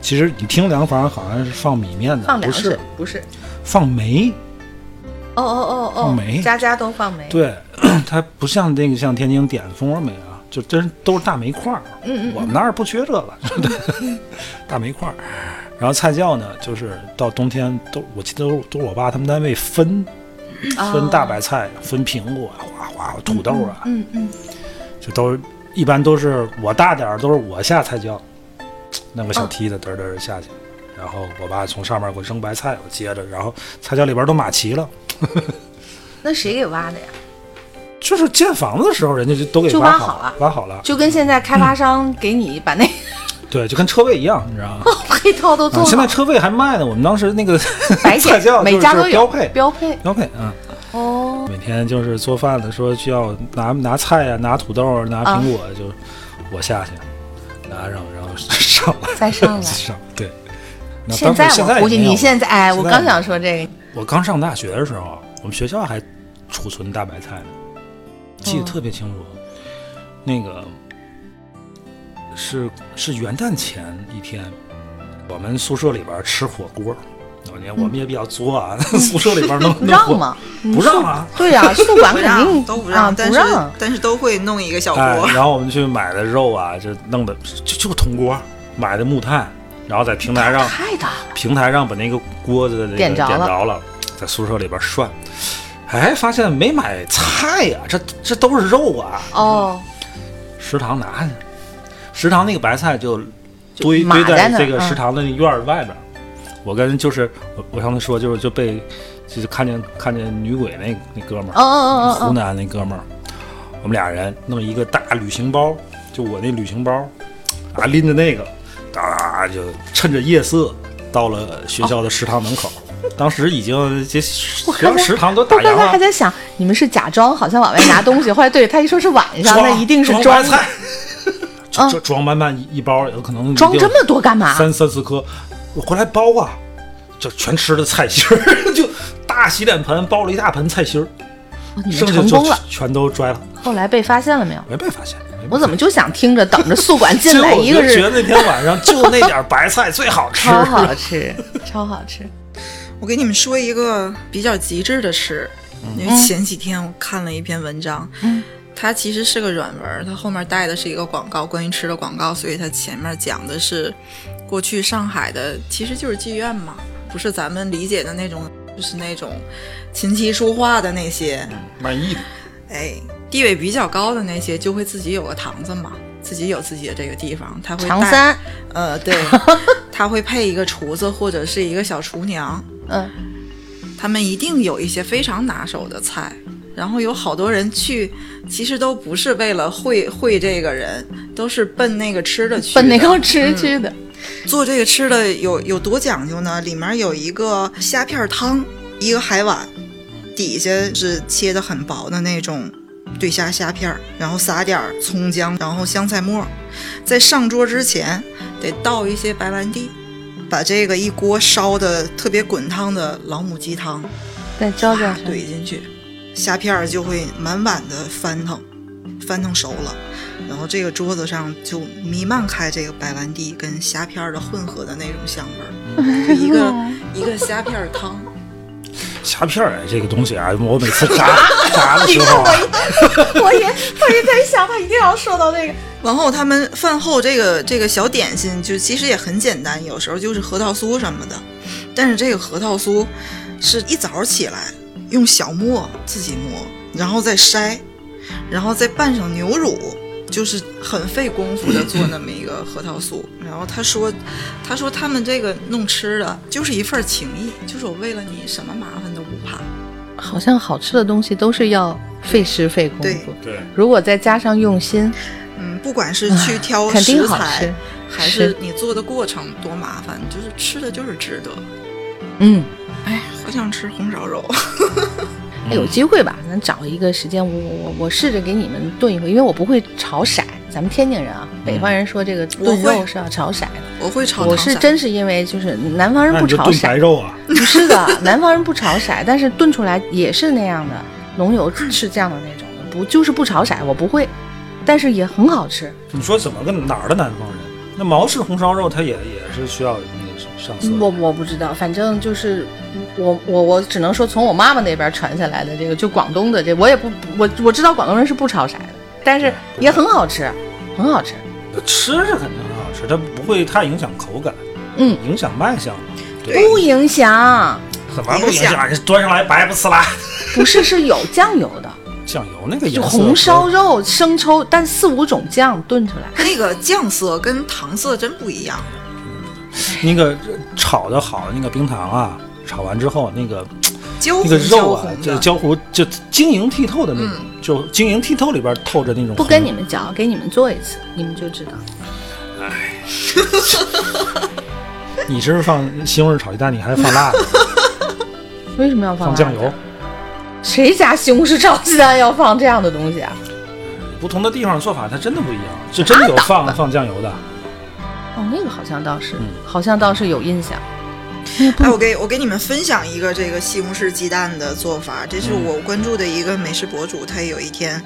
A: 其实你听粮房好像是放米面的，
B: 放
A: 不
B: 粮食
A: 是，
B: 不是？
A: 放煤。
B: 哦哦哦
A: 放
B: 哦
A: 煤，
B: 家家都放煤。
A: 对， 它不像那个像天津点的蜂窝煤啊，就真都是大煤块儿。嗯嗯，我们那儿不缺这个， 大煤块儿。然后菜窖呢，就是到冬天都，我记得都是都是我爸他们单位分
B: 哦
A: 分大白菜、分苹果啊、哗哗土豆啊，
B: 嗯嗯，
A: 就都是一般都是我大点儿都是我下菜窖，弄个小
B: 嗯
A: 梯子嘚儿嘚儿下去。然后我爸从上面给我扔白菜，我接着，然后菜窖里边都码齐了，
B: 那谁给挖的呀？
A: 就是建房子的时候人家就都给
B: 就
A: 挖
B: 挖
A: 好
B: 好了
A: 挖好了，
B: 就跟现在开发商给你把 那
A: 对，就跟车位一样，你知 道吗？
B: 配套都做
A: 啊、现在
B: 好，
A: 车位还卖呢，我们当时那个
B: 白
A: 菜窖
B: 捡，每家
A: 就是
B: 都有
A: 标配，
B: 标配
A: 标配啊、
B: 哦。
A: 每天就是做饭的，说需要拿拿菜啊，拿土豆啊，拿苹果，就我下去拿上，然后 上来
B: 再上来
A: 上对。 那
B: 现
A: 当
B: 在
A: 时现在
B: 我估计
A: 也没有
B: 你现在，哎，
A: 现
B: 我
A: 在
B: 刚想说这个，
A: 我刚上大学的时候，我们学校还储存大白菜呢，记得特别清楚。那个是是元旦前一天，我们宿舍里边吃火锅，我们也我们也比较作 啊，宿舍里边弄
B: 不
A: 弄
B: 让
A: 火
B: 吗？
A: 不让啊。
B: 对呀、 宿管
D: 不
B: 肯
D: 让
B: 定
D: 都不
B: 啊
D: 让，
B: 不
D: 但是
B: 让。
A: 哦
D: 但是都会弄一个
B: 嗯
D: 小
A: 哎
D: 锅，，
A: 然后我们去买的肉啊，就弄的就就铜锅，买的木炭，然后在平台上
B: 太大了，
A: 平台上把那个锅子的那个
B: 点着了
A: 了在宿舍里边涮。哎，发现没买菜呀、这这都是肉啊！
B: 哦，
A: 食堂拿去，食堂那个白菜就
B: 就
A: 堆
B: 码
A: 堆
B: 在
A: 在
B: 那儿
A: 这个
B: 嗯
A: 食堂的那院儿外边儿。我跟就是我我刚才说就是就被就是看见看见女鬼那那哥们儿
B: 哦，哦
A: 湖
B: 哦哦
A: 南那哥们儿，我们俩人弄一个大旅行包，就我那旅行包，啊拎着那个，哒哒就趁着夜色到了学校的食堂门口。
B: 哦
A: 当时已经这
B: 我
A: 学
B: 刚
A: 校
B: 才
A: 食堂都
B: 我
A: 打烊
B: 刚才还
A: 了，
B: 在想，你们是假装好像往外拿东西，后来对他一说是晚上，
A: 装
B: 那一定是
A: 装白
B: 的
A: 菜，就
B: 嗯
A: 就装满满一包，有可能
B: 装
A: 一定
B: 这么多干嘛？
A: 三三四颗，我回来包啊，就全吃的菜心儿， 就大洗脸盆包了一大盆菜心儿，
B: 哦你
A: 剩
B: 们
A: 下
B: 成
A: 就
B: 功了，
A: 全都拽了，
B: 后来被发现了没有？
A: 没被发现。没被发现
B: 我怎么就想听着等着宿管进
A: 结
B: 来，
A: 果我
B: 一
A: 就
B: 个
A: 觉
B: 是
A: 得那天晚上就那点白菜最好吃，
B: 超好吃，超好吃，
D: 我给你们说一个比较极致的吃，因为前几天我看了一篇文章，
B: 嗯
D: 它其实是个软文儿，它后面带的是一个广告，关于吃的广告，所以它前面讲的是过去上海的，其实就是妓院嘛，不是咱们理解的那种就是那种琴棋书画的那些，
A: 满意的。
D: 哎，地位比较高的那些就会自己有个堂子嘛，自己有自己的这个地方，他会
B: 长
D: 带，
B: 三，
D: 呃， 对，他会配一个厨子或者是一个小厨娘，
B: 嗯，
D: 他们一定有一些非常拿手的菜。然后有好多人去，其实都不是为了会会这个人，都是奔那个吃的去的。
B: 奔那个
A: 嗯
B: 吃去的，
D: 做这个吃的有有多讲究呢？里面有一个虾片汤，一个海碗，底下是切的很薄的那种对虾虾片儿，然后撒点儿葱姜，然后香菜末，在上桌之前得倒一些白兰地，把这个一锅烧的特别滚烫的老母鸡汤
B: 再浇点
D: 啪怼进去，虾片儿就会满碗的翻腾，翻腾熟了，然后这个桌子上就弥漫开这个白兰地跟虾片儿的混合的那种香味儿，就一个一个虾片儿汤。
A: 虾片儿哎这个东西啊，我每次炸 炸的时候啊，
B: 我也我也在想，他一定要说到那个，
D: 然后他们饭后这个这个小点心就其实也很简单，有时候就是核桃酥什么的，但是这个核桃酥是一早起来用小磨自己磨，然后再筛，然后再拌上牛乳，就是很费功夫的做那么一个核桃酥。
B: 嗯
D: 然后他说，他说他们这个弄吃的就是一份情谊，就是我为了你什么麻烦都不怕。
B: 好像好吃的东西都是要费时费功
D: 对
B: 夫，
A: 对，
B: 如果再加上用心，
D: 嗯，不管是去挑
B: 啊肯定
D: 食
B: 好
D: 材
B: 吃，。
D: 还是你做的过程多麻烦，就是吃的就是值得。
B: 嗯，
D: 哎，好想吃红烧肉。
B: 哎
A: 嗯
B: 有机会吧，咱找一个时间，我我我我试着给你们炖一回，因为我不会炒色。咱们天津人啊，北方
A: 嗯
B: 人说这个
D: 我
B: 炖
D: 会
B: 肉是要炒色的，
D: 我会炒
B: 我
D: 糖
B: 是
D: 色
B: 真是因为就是南方人
A: 那
B: 不
A: 你就
B: 炒
A: 炖
B: 色
A: 白，肉啊，
B: 不 是的， 南方人不炒色，但是炖出来也是那样的，浓油赤酱的那种的，不就是不炒色，我不会，但是也很好吃。
A: 你说怎么跟哪儿的南方人？那毛氏红烧肉，它也也是需要那个上色。
B: 我我不知道，反正就是我我我只能说从我妈妈那边传下来的这个，就广东的这，我也不我我知道广东人是不炒色的，但是也很好吃，很好吃。
A: 吃是肯定很好吃，它不会太影响口感，
B: 嗯，
A: 影响卖相，对吧，
B: 不影响，
A: 怎么不影响？这端上来白不呲啦，
B: 不是是有酱油 的，
A: 酱油那个
B: 就
A: 哎颜色
B: 红烧肉、生抽，但四五种酱炖出来。
D: 那个酱色跟糖色真不一样。
A: 那个炒的好的那个冰糖啊，炒完之后那个
D: 焦
A: 那
D: 红
A: 个
D: 焦
A: 肉啊，
D: 红
A: 就
D: 的，
A: 焦糊就晶莹剔透的那种，就晶莹剔透里边透着那种。
B: 不跟你，们讲，给你们做一次，你们就知道。
A: 你这是放西红柿炒鸡蛋，你还放辣的，
B: 为什么要
A: 放
B: 辣
A: 酱
B: 的
A: 油。？
B: 谁家西红柿炒鸡蛋要放这样的东西啊？
A: 不同的地方做法它真的不一样，是真的有放放酱油的。
B: 哦，那个好像倒是
A: 嗯，
B: 好像倒是有印象。
D: 哎，我给我给你们分享一个这个西红柿鸡蛋的做法，这是我关注的一个美食博主，他有一天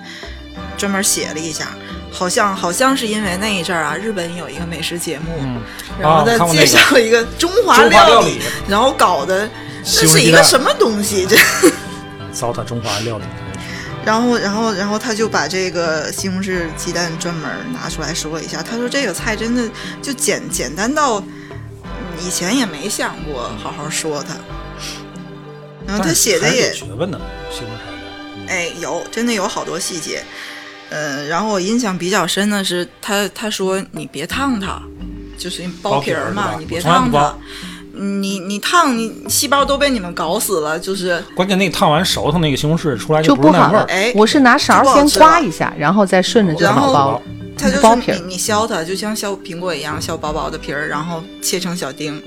D: 专门写了一下，好像好像是因为那一阵儿啊，日本有一个美食节目，
A: 嗯，
D: 然后
A: 啊
D: 他
A: 看过那
D: 介
A: 个
D: 绍了一个中华
A: 中华料理
D: 理，然后搞的
A: 西
D: 那
A: 红柿
D: 是
A: 鸡
D: 一个
A: 蛋
D: 什么东西？这
A: 嗯糟蹋中华料理，真是
D: 然后，然后，然后他就把这个西红柿鸡蛋专门拿出来说了一下。他说这个菜真的就简简单到，嗯以前也没想过好好说它。然后他
A: 但是
D: 写的
A: 还是有
D: 也，
A: 学问的西红柿炒鸡蛋。
D: 哎，有真的有好多细节。嗯，然后我印象比较深的是，他他说你别烫它，就是你剥皮儿嘛，
A: 剥皮儿是吧
D: 你别
A: 我从来
D: 烫
A: 不
D: 它。你你烫，你细胞都被你们搞死了，就是
A: 关键那烫完熟它那个西红柿出来
B: 就
A: 不是
B: 不
A: 那
B: 好
A: 味
B: 了
A: 儿。
D: 哎。
B: 我是拿勺儿
D: 就不好
B: 先
D: 吃
B: 刮
D: 了
B: 一下，然后再顺着就
D: 然
B: 好
D: 后
B: 包。
D: 它就
B: 剥
D: 是
B: 皮儿
D: 你你削它，就像削苹果一样，削薄薄的皮儿，然后切成小丁。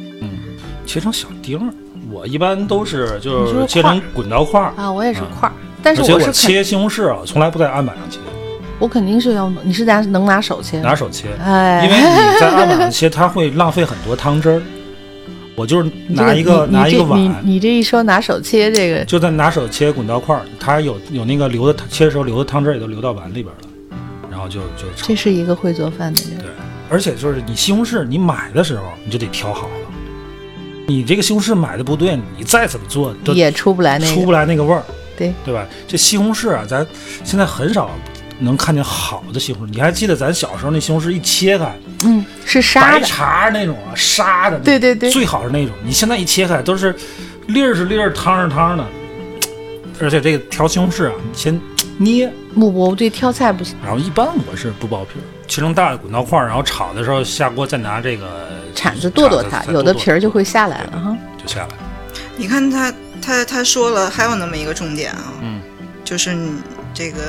A: 切成小丁儿，我一般都是就
B: 你就是是
A: 切
B: 块
A: 成滚刀块儿，
B: 啊，我也是块儿，但是
A: 而且
B: 是
A: 我
B: 肯
A: 切西红柿啊，从来不在案板上切，
B: 我肯定是要，你是拿能拿手切
A: 拿手切，
B: 嗯哎，
A: 因为 你在案板上切，它会浪费很多汤汁儿。我就是拿一个
B: 你
A: 拿一个
B: 你这
A: 碗，
B: 你你这一说拿手切这个，
A: 就在拿手切滚刀块儿，它有有那个流的切的时候流的汤汁儿也都流到碗里边儿了，然后就就
B: 这是一个会做饭的人
A: 对。而且就是你西红柿，你买的时候你就得挑好了，你这个西红柿买的不对，你再怎么做都
B: 也出不来那
A: 出
B: 个
A: 不来那个味儿，
B: 对
A: 对吧？这西红柿啊，咱现在很少能看见好的西红柿。你还记得咱小时候那西红柿一切开，
B: 嗯，是沙
A: 白
B: 的，
A: 碴儿那种啊，沙的那种，
B: 对对对
A: 最好是那种。你现在一切开都是粒儿是粒儿，汤是汤的，而且这个调西红柿啊，先捏，
B: 不不，我对挑菜不行。
A: 然后一般我是不剥皮儿，切成大的滚到块儿，然后炒的时候下锅再拿这个
B: 铲子剁剁它，
A: 铲子
B: 有的皮儿就会下来了哈。
A: 就下来。
D: 你看他他他说了，还有那么一个重点啊，
A: 嗯，
D: 就是你这个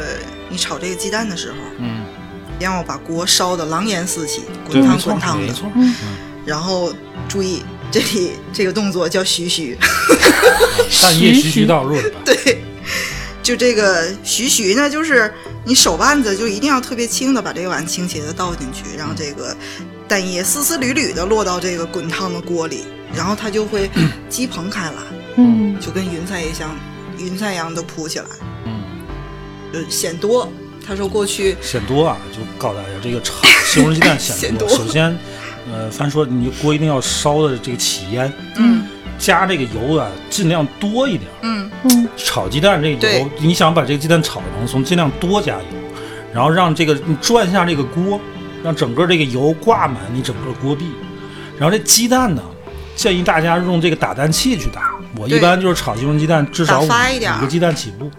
D: 你炒这个鸡蛋的时候，
A: 嗯，
D: 一定要把锅烧的狼烟四起，
A: 对
D: 滚
A: 没
D: 烫
A: 错
D: 滚烫
A: 没
D: 的，
A: 错，
D: 然后注意这里这个动作叫徐徐，
A: 但夜徐徐道入是吧？
D: 对，就这个徐徐呢，就是你手腕子就一定要特别轻的把这个碗倾斜的倒进去，让这个蛋液丝丝缕缕的落到这个滚烫的锅里，然后它就会 激蓬开来，
B: 嗯，
D: 就跟云彩一样，云彩一样的铺起来，
A: 嗯，
D: 呃，显多。他说过去
A: 显多啊，就告诉大家这个炒西红柿鸡蛋显
D: 显
A: 多。
D: 多
A: 首先，呃，凡说你锅一定要烧的这个起烟，
D: 嗯
A: 加这个油啊，尽量多一点儿。
D: 嗯，
A: 炒鸡蛋这个油
D: 对，
A: 你想把这个鸡蛋炒的蓬松，尽量多加油，然后让这个你转一下这个锅，让整个这个油挂满你整个锅壁。然后这鸡蛋呢，建议大家用这个打蛋器去打。我一
D: 对
A: 般就是炒西红柿鸡蛋，至少五
D: 打发一点儿
A: 五个鸡蛋起步，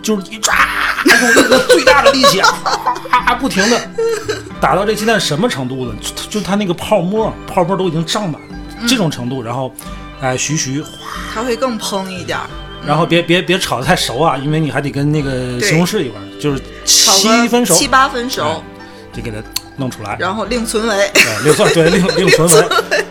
A: 就是一抓，用最大的力气啊，啊不停的打到这鸡蛋什么程度呢？就就它那个泡沫，泡沫都已经胀满了
D: 嗯
A: 这种程度，然后。哎，徐徐哗
D: 它会更蓬一点儿，
A: 然后别别别炒得太熟啊，因为你还得跟那个
D: 对
A: 西红柿一块儿，就是
D: 炒个
A: 七分熟，哎
D: 七八分熟，
A: 就给它弄出来，
D: 然后另 存为。
A: 对，六蒜对 另另存为，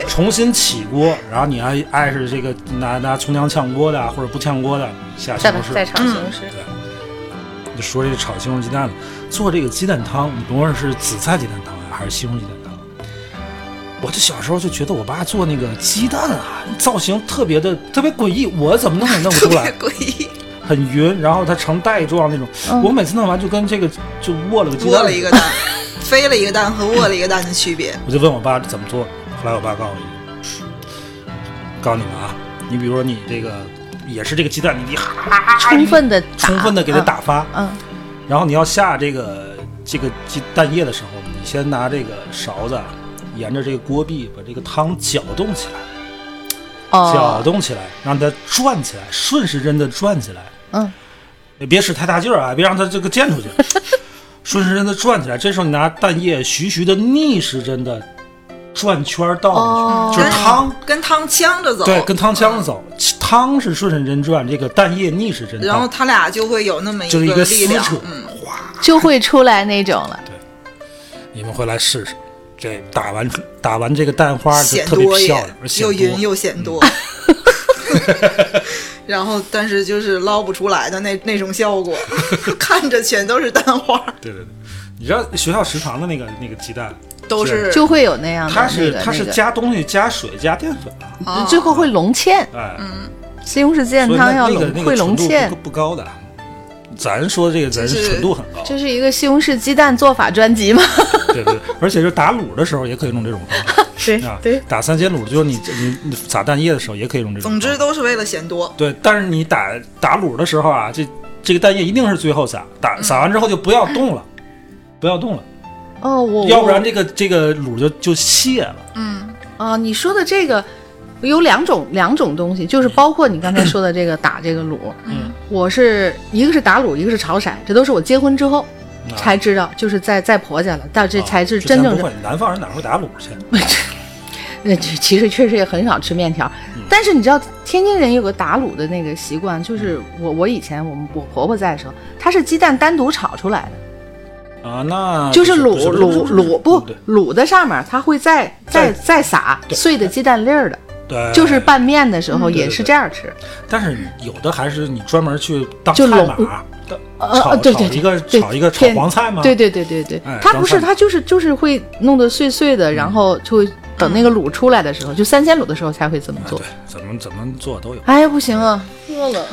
A: 重新起锅，然后你爱爱是这个拿拿葱姜炝锅的啊或者不炝锅的下西
B: 再
A: 红
B: 再
A: 柿。
B: 炒西红柿，
A: 就说这个炒西红柿鸡蛋了，做这个鸡蛋汤，你甭管是紫菜鸡蛋汤啊，还是西红柿鸡蛋汤。我这小时候就觉得我爸做那个鸡蛋啊，造型特别的特别诡异，我怎么弄也弄不出 来。
D: 诡异，
A: 很匀，然后它成带状那种。
B: 嗯
A: 我每次弄完就跟这个就握了个鸡
D: 窝
A: 蛋，
D: 了一个蛋，飞了一个蛋和窝了一个蛋的区别。
A: 我就问我爸怎么做，后来我爸告诉我，告诉你们啊，你比如说你这个也是这个鸡蛋，你哈哈哈哈
B: 充分的
A: 充分的
D: 啊
A: 给它打发，
B: 嗯，
A: 然后你要下这个这个鸡蛋液的时候，你先拿这个勺子啊沿着这个锅壁把这个汤搅动起来。
B: 嗯哦
A: 搅，动起来，让它转起来，顺时针的转起来。
B: 嗯，
A: 也别使太大劲儿啊，别让它这个溅 出去。顺时针的转起来，这时候你拿蛋液徐徐的逆时针的转圈儿倒
B: 哦
A: 进去，就是汤。
D: 跟汤呛着走，
A: 对，跟汤腔子走，汤是顺时针转，这个蛋液逆时针倒，
D: 然后它俩就会有那么
A: 就是一
D: 个力
A: 撕
D: 量
A: 扯，，
D: 嗯，
A: 哗、
B: 就会出来那种了。
A: 你们回来试试，这打完打完这个蛋花就
D: 显
A: 特别
D: 多
A: 漂
D: 也
A: 亮，而且嗯
D: 又匀又显多。 然后，但是就是捞不出来的那那种 效果，看着全都是蛋花，
A: 对对对，你知道学校食堂的那个那个鸡蛋，
D: 都是
B: 就会有那样的
A: 它
B: 那
A: 是
B: 个
A: 它是
B: 那个哦
A: 加东西、加水、加淀粉了，
D: 啊
B: 最后会融芡，
A: 哎，
B: 西红柿鸡嗯蛋
A: 所以
B: 汤
A: 那
B: 要
A: 那个
B: 融
A: 那
B: 会
A: 个
B: 融
A: 纯度
B: 芡
A: 不，不高的。咱说这个咱
D: 就是
A: 纯度很 高，
B: 这是一个西红柿鸡蛋做法专 辑吗？
A: 对对，对而且就打卤的时候也可以用这种 方
B: 对
A: 法啊，
B: 对，
A: 打三鲜卤就是你你你撒蛋液的时候也可以用这种
D: 总
A: 方法。
D: 之都是为了显多。
A: 对，但是你打打卤的时候啊，这这个蛋液一定是最后撒，
D: 嗯
A: 打撒完之后就不要动了，不要动了，
B: 哦，我
A: 要不然这个这个卤就就泄了。
B: 啊，你说的这个有两种两种东西，就是包括你刚才说的这个打这个卤，
A: 嗯，
B: 我是一个是打卤，一个是炒色，这都是我结婚之后
A: 啊
B: 才知道，就是在在婆家了，但这
A: 啊
B: 才是
A: 之前
B: 真正
A: 不
B: 的
A: 会，南方人哪会打卤去？
B: 那其其实确实也很少吃面条，
A: 嗯
B: 但是你知道天津人有个打卤的那个习惯，就是
A: 嗯
B: 我我以前我们我婆婆在的时候，它是鸡蛋单独炒出来的，
A: 啊，那
B: 就是
A: 不
B: 卤
A: 不是
B: 卤卤
A: 不
B: 不
A: 是对
B: 卤的上面，它会再
A: 再
B: 再再撒
A: 对
B: 碎的鸡蛋粒儿的，
A: 对，
B: 就是拌面的时候
A: 对
B: 也
A: 对
B: 是
A: 对
B: 这样吃。
A: 但是有的还是你专门去当菜
B: 就
A: 码
B: 笼
A: 儿，
B: 呃
A: 炒
B: 呃对
A: 炒
B: 对
A: 一个
B: 对
A: 炒一个炒
B: 偏
A: 黄菜吗？
B: 对对对对对
A: 哎，
B: 它
A: 当
B: 不是，
A: 饭嗯
B: 它就是就是会弄得碎碎的，然后就会等那个卤出来的时候，就三鲜卤的时候才会这么
A: 啊
B: 做
A: 对。，怎么怎么做都有。
B: 哎呀，不行啊，饿了，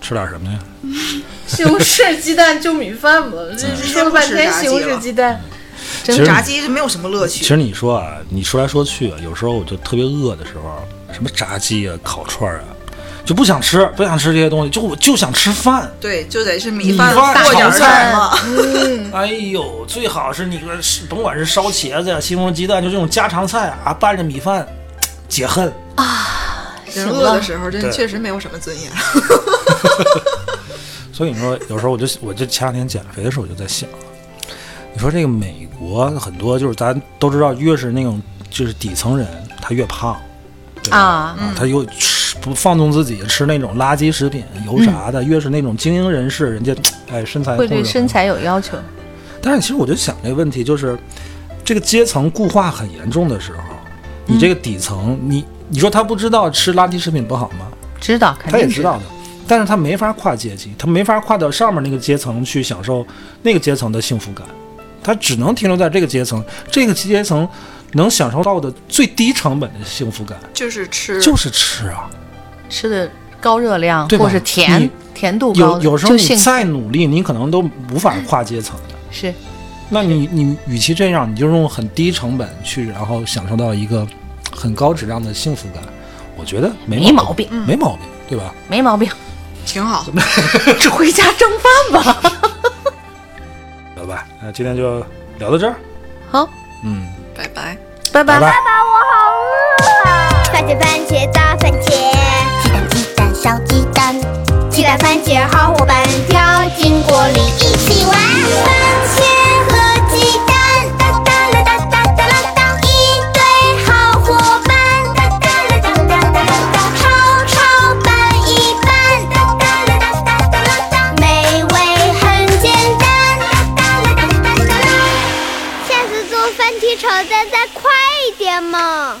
A: 吃点什么呀？
B: 西红柿鸡蛋就米饭吧，
A: 嗯
B: 这说了半天西红柿鸡蛋，
A: 其
B: 真
A: 实
D: 炸鸡是没有什么乐
A: 其
D: 趣，
A: 实你说啊，你说来说去啊，有时候我就特别饿的时候，什么炸鸡啊、烤串儿啊，就不想吃，不想吃这些东西，就我就想吃饭。
D: 对，就得是米
A: 米
D: 饭
A: 饭
D: 和点
A: 炒
D: 什
A: 饭
D: 么，
A: 哎呦，最好是你个是甭管是烧茄子呀、西红柿鸡蛋，就这种家常菜啊，拌着米饭，解恨。
D: 人
B: 行
D: 饿的
B: 了
D: 时候，真
A: 对
D: 确实没有什么尊严。
A: 所以你说，有时候我就我就前两天减肥的时候，我就在想，你说这个美国很多就是咱都知道，越是那种就是底层人，他越胖，对吧
B: 啊
A: 啊，他又吃不放纵自己，吃那种垃圾食品、油炸的，越是那种精英人士，人家哎身材
B: 会
A: 控
B: 对
A: 制
B: 身
A: 很
B: 材有要求。
A: 但是其实我就想这个问题，就是这个阶层固化很严重的时候，
B: 嗯
A: 你这个底层，你你说他不知道吃垃圾食品不好吗？
B: 知道，肯
A: 他也
B: 定
A: 知道的，但是他没法跨阶级，他没法跨到上面那个阶层去享受那个阶层的幸福感，他只能停留在这个阶层，这个阶层能享受到的最低成本的幸福感
D: 就是吃，
A: 就是吃啊。
B: 吃的高热量
A: 对吧
B: 或是甜
A: 你
B: 甜度高
A: 有
B: 的，
A: 有时候
B: 就
A: 你
B: 幸福
A: 再努力，你可能都无法跨阶层的。
B: 是
A: 那你你与其这样，你就用很低成本去，然后享受到一个很高质量的幸福感，我觉得没
B: 没
A: 毛
B: 毛病，
A: 病，没毛病，对吧？
B: 没毛病，
D: 挺好。
B: 回家蒸饭吧。
A: 好吧，那今天就聊到这儿，
B: 好，
A: 嗯，
D: 拜拜。
B: 拜拜
A: 拜。拜。
E: 番茄番茄大番茄，鸡蛋鸡蛋小鸡蛋，鸡蛋番茄好伙伴，跳进锅里一起玩。番茄和鸡蛋，哒哒啦哒哒哒啦哒，一对好伙伴，哒哒啦哒哒哒啦哒，吵吵拌一拌，哒哒啦哒哒哒啦哒，美味很简单，哒哒啦哒哒哒啦。下次做饭踢炒蛋，再快一点嘛！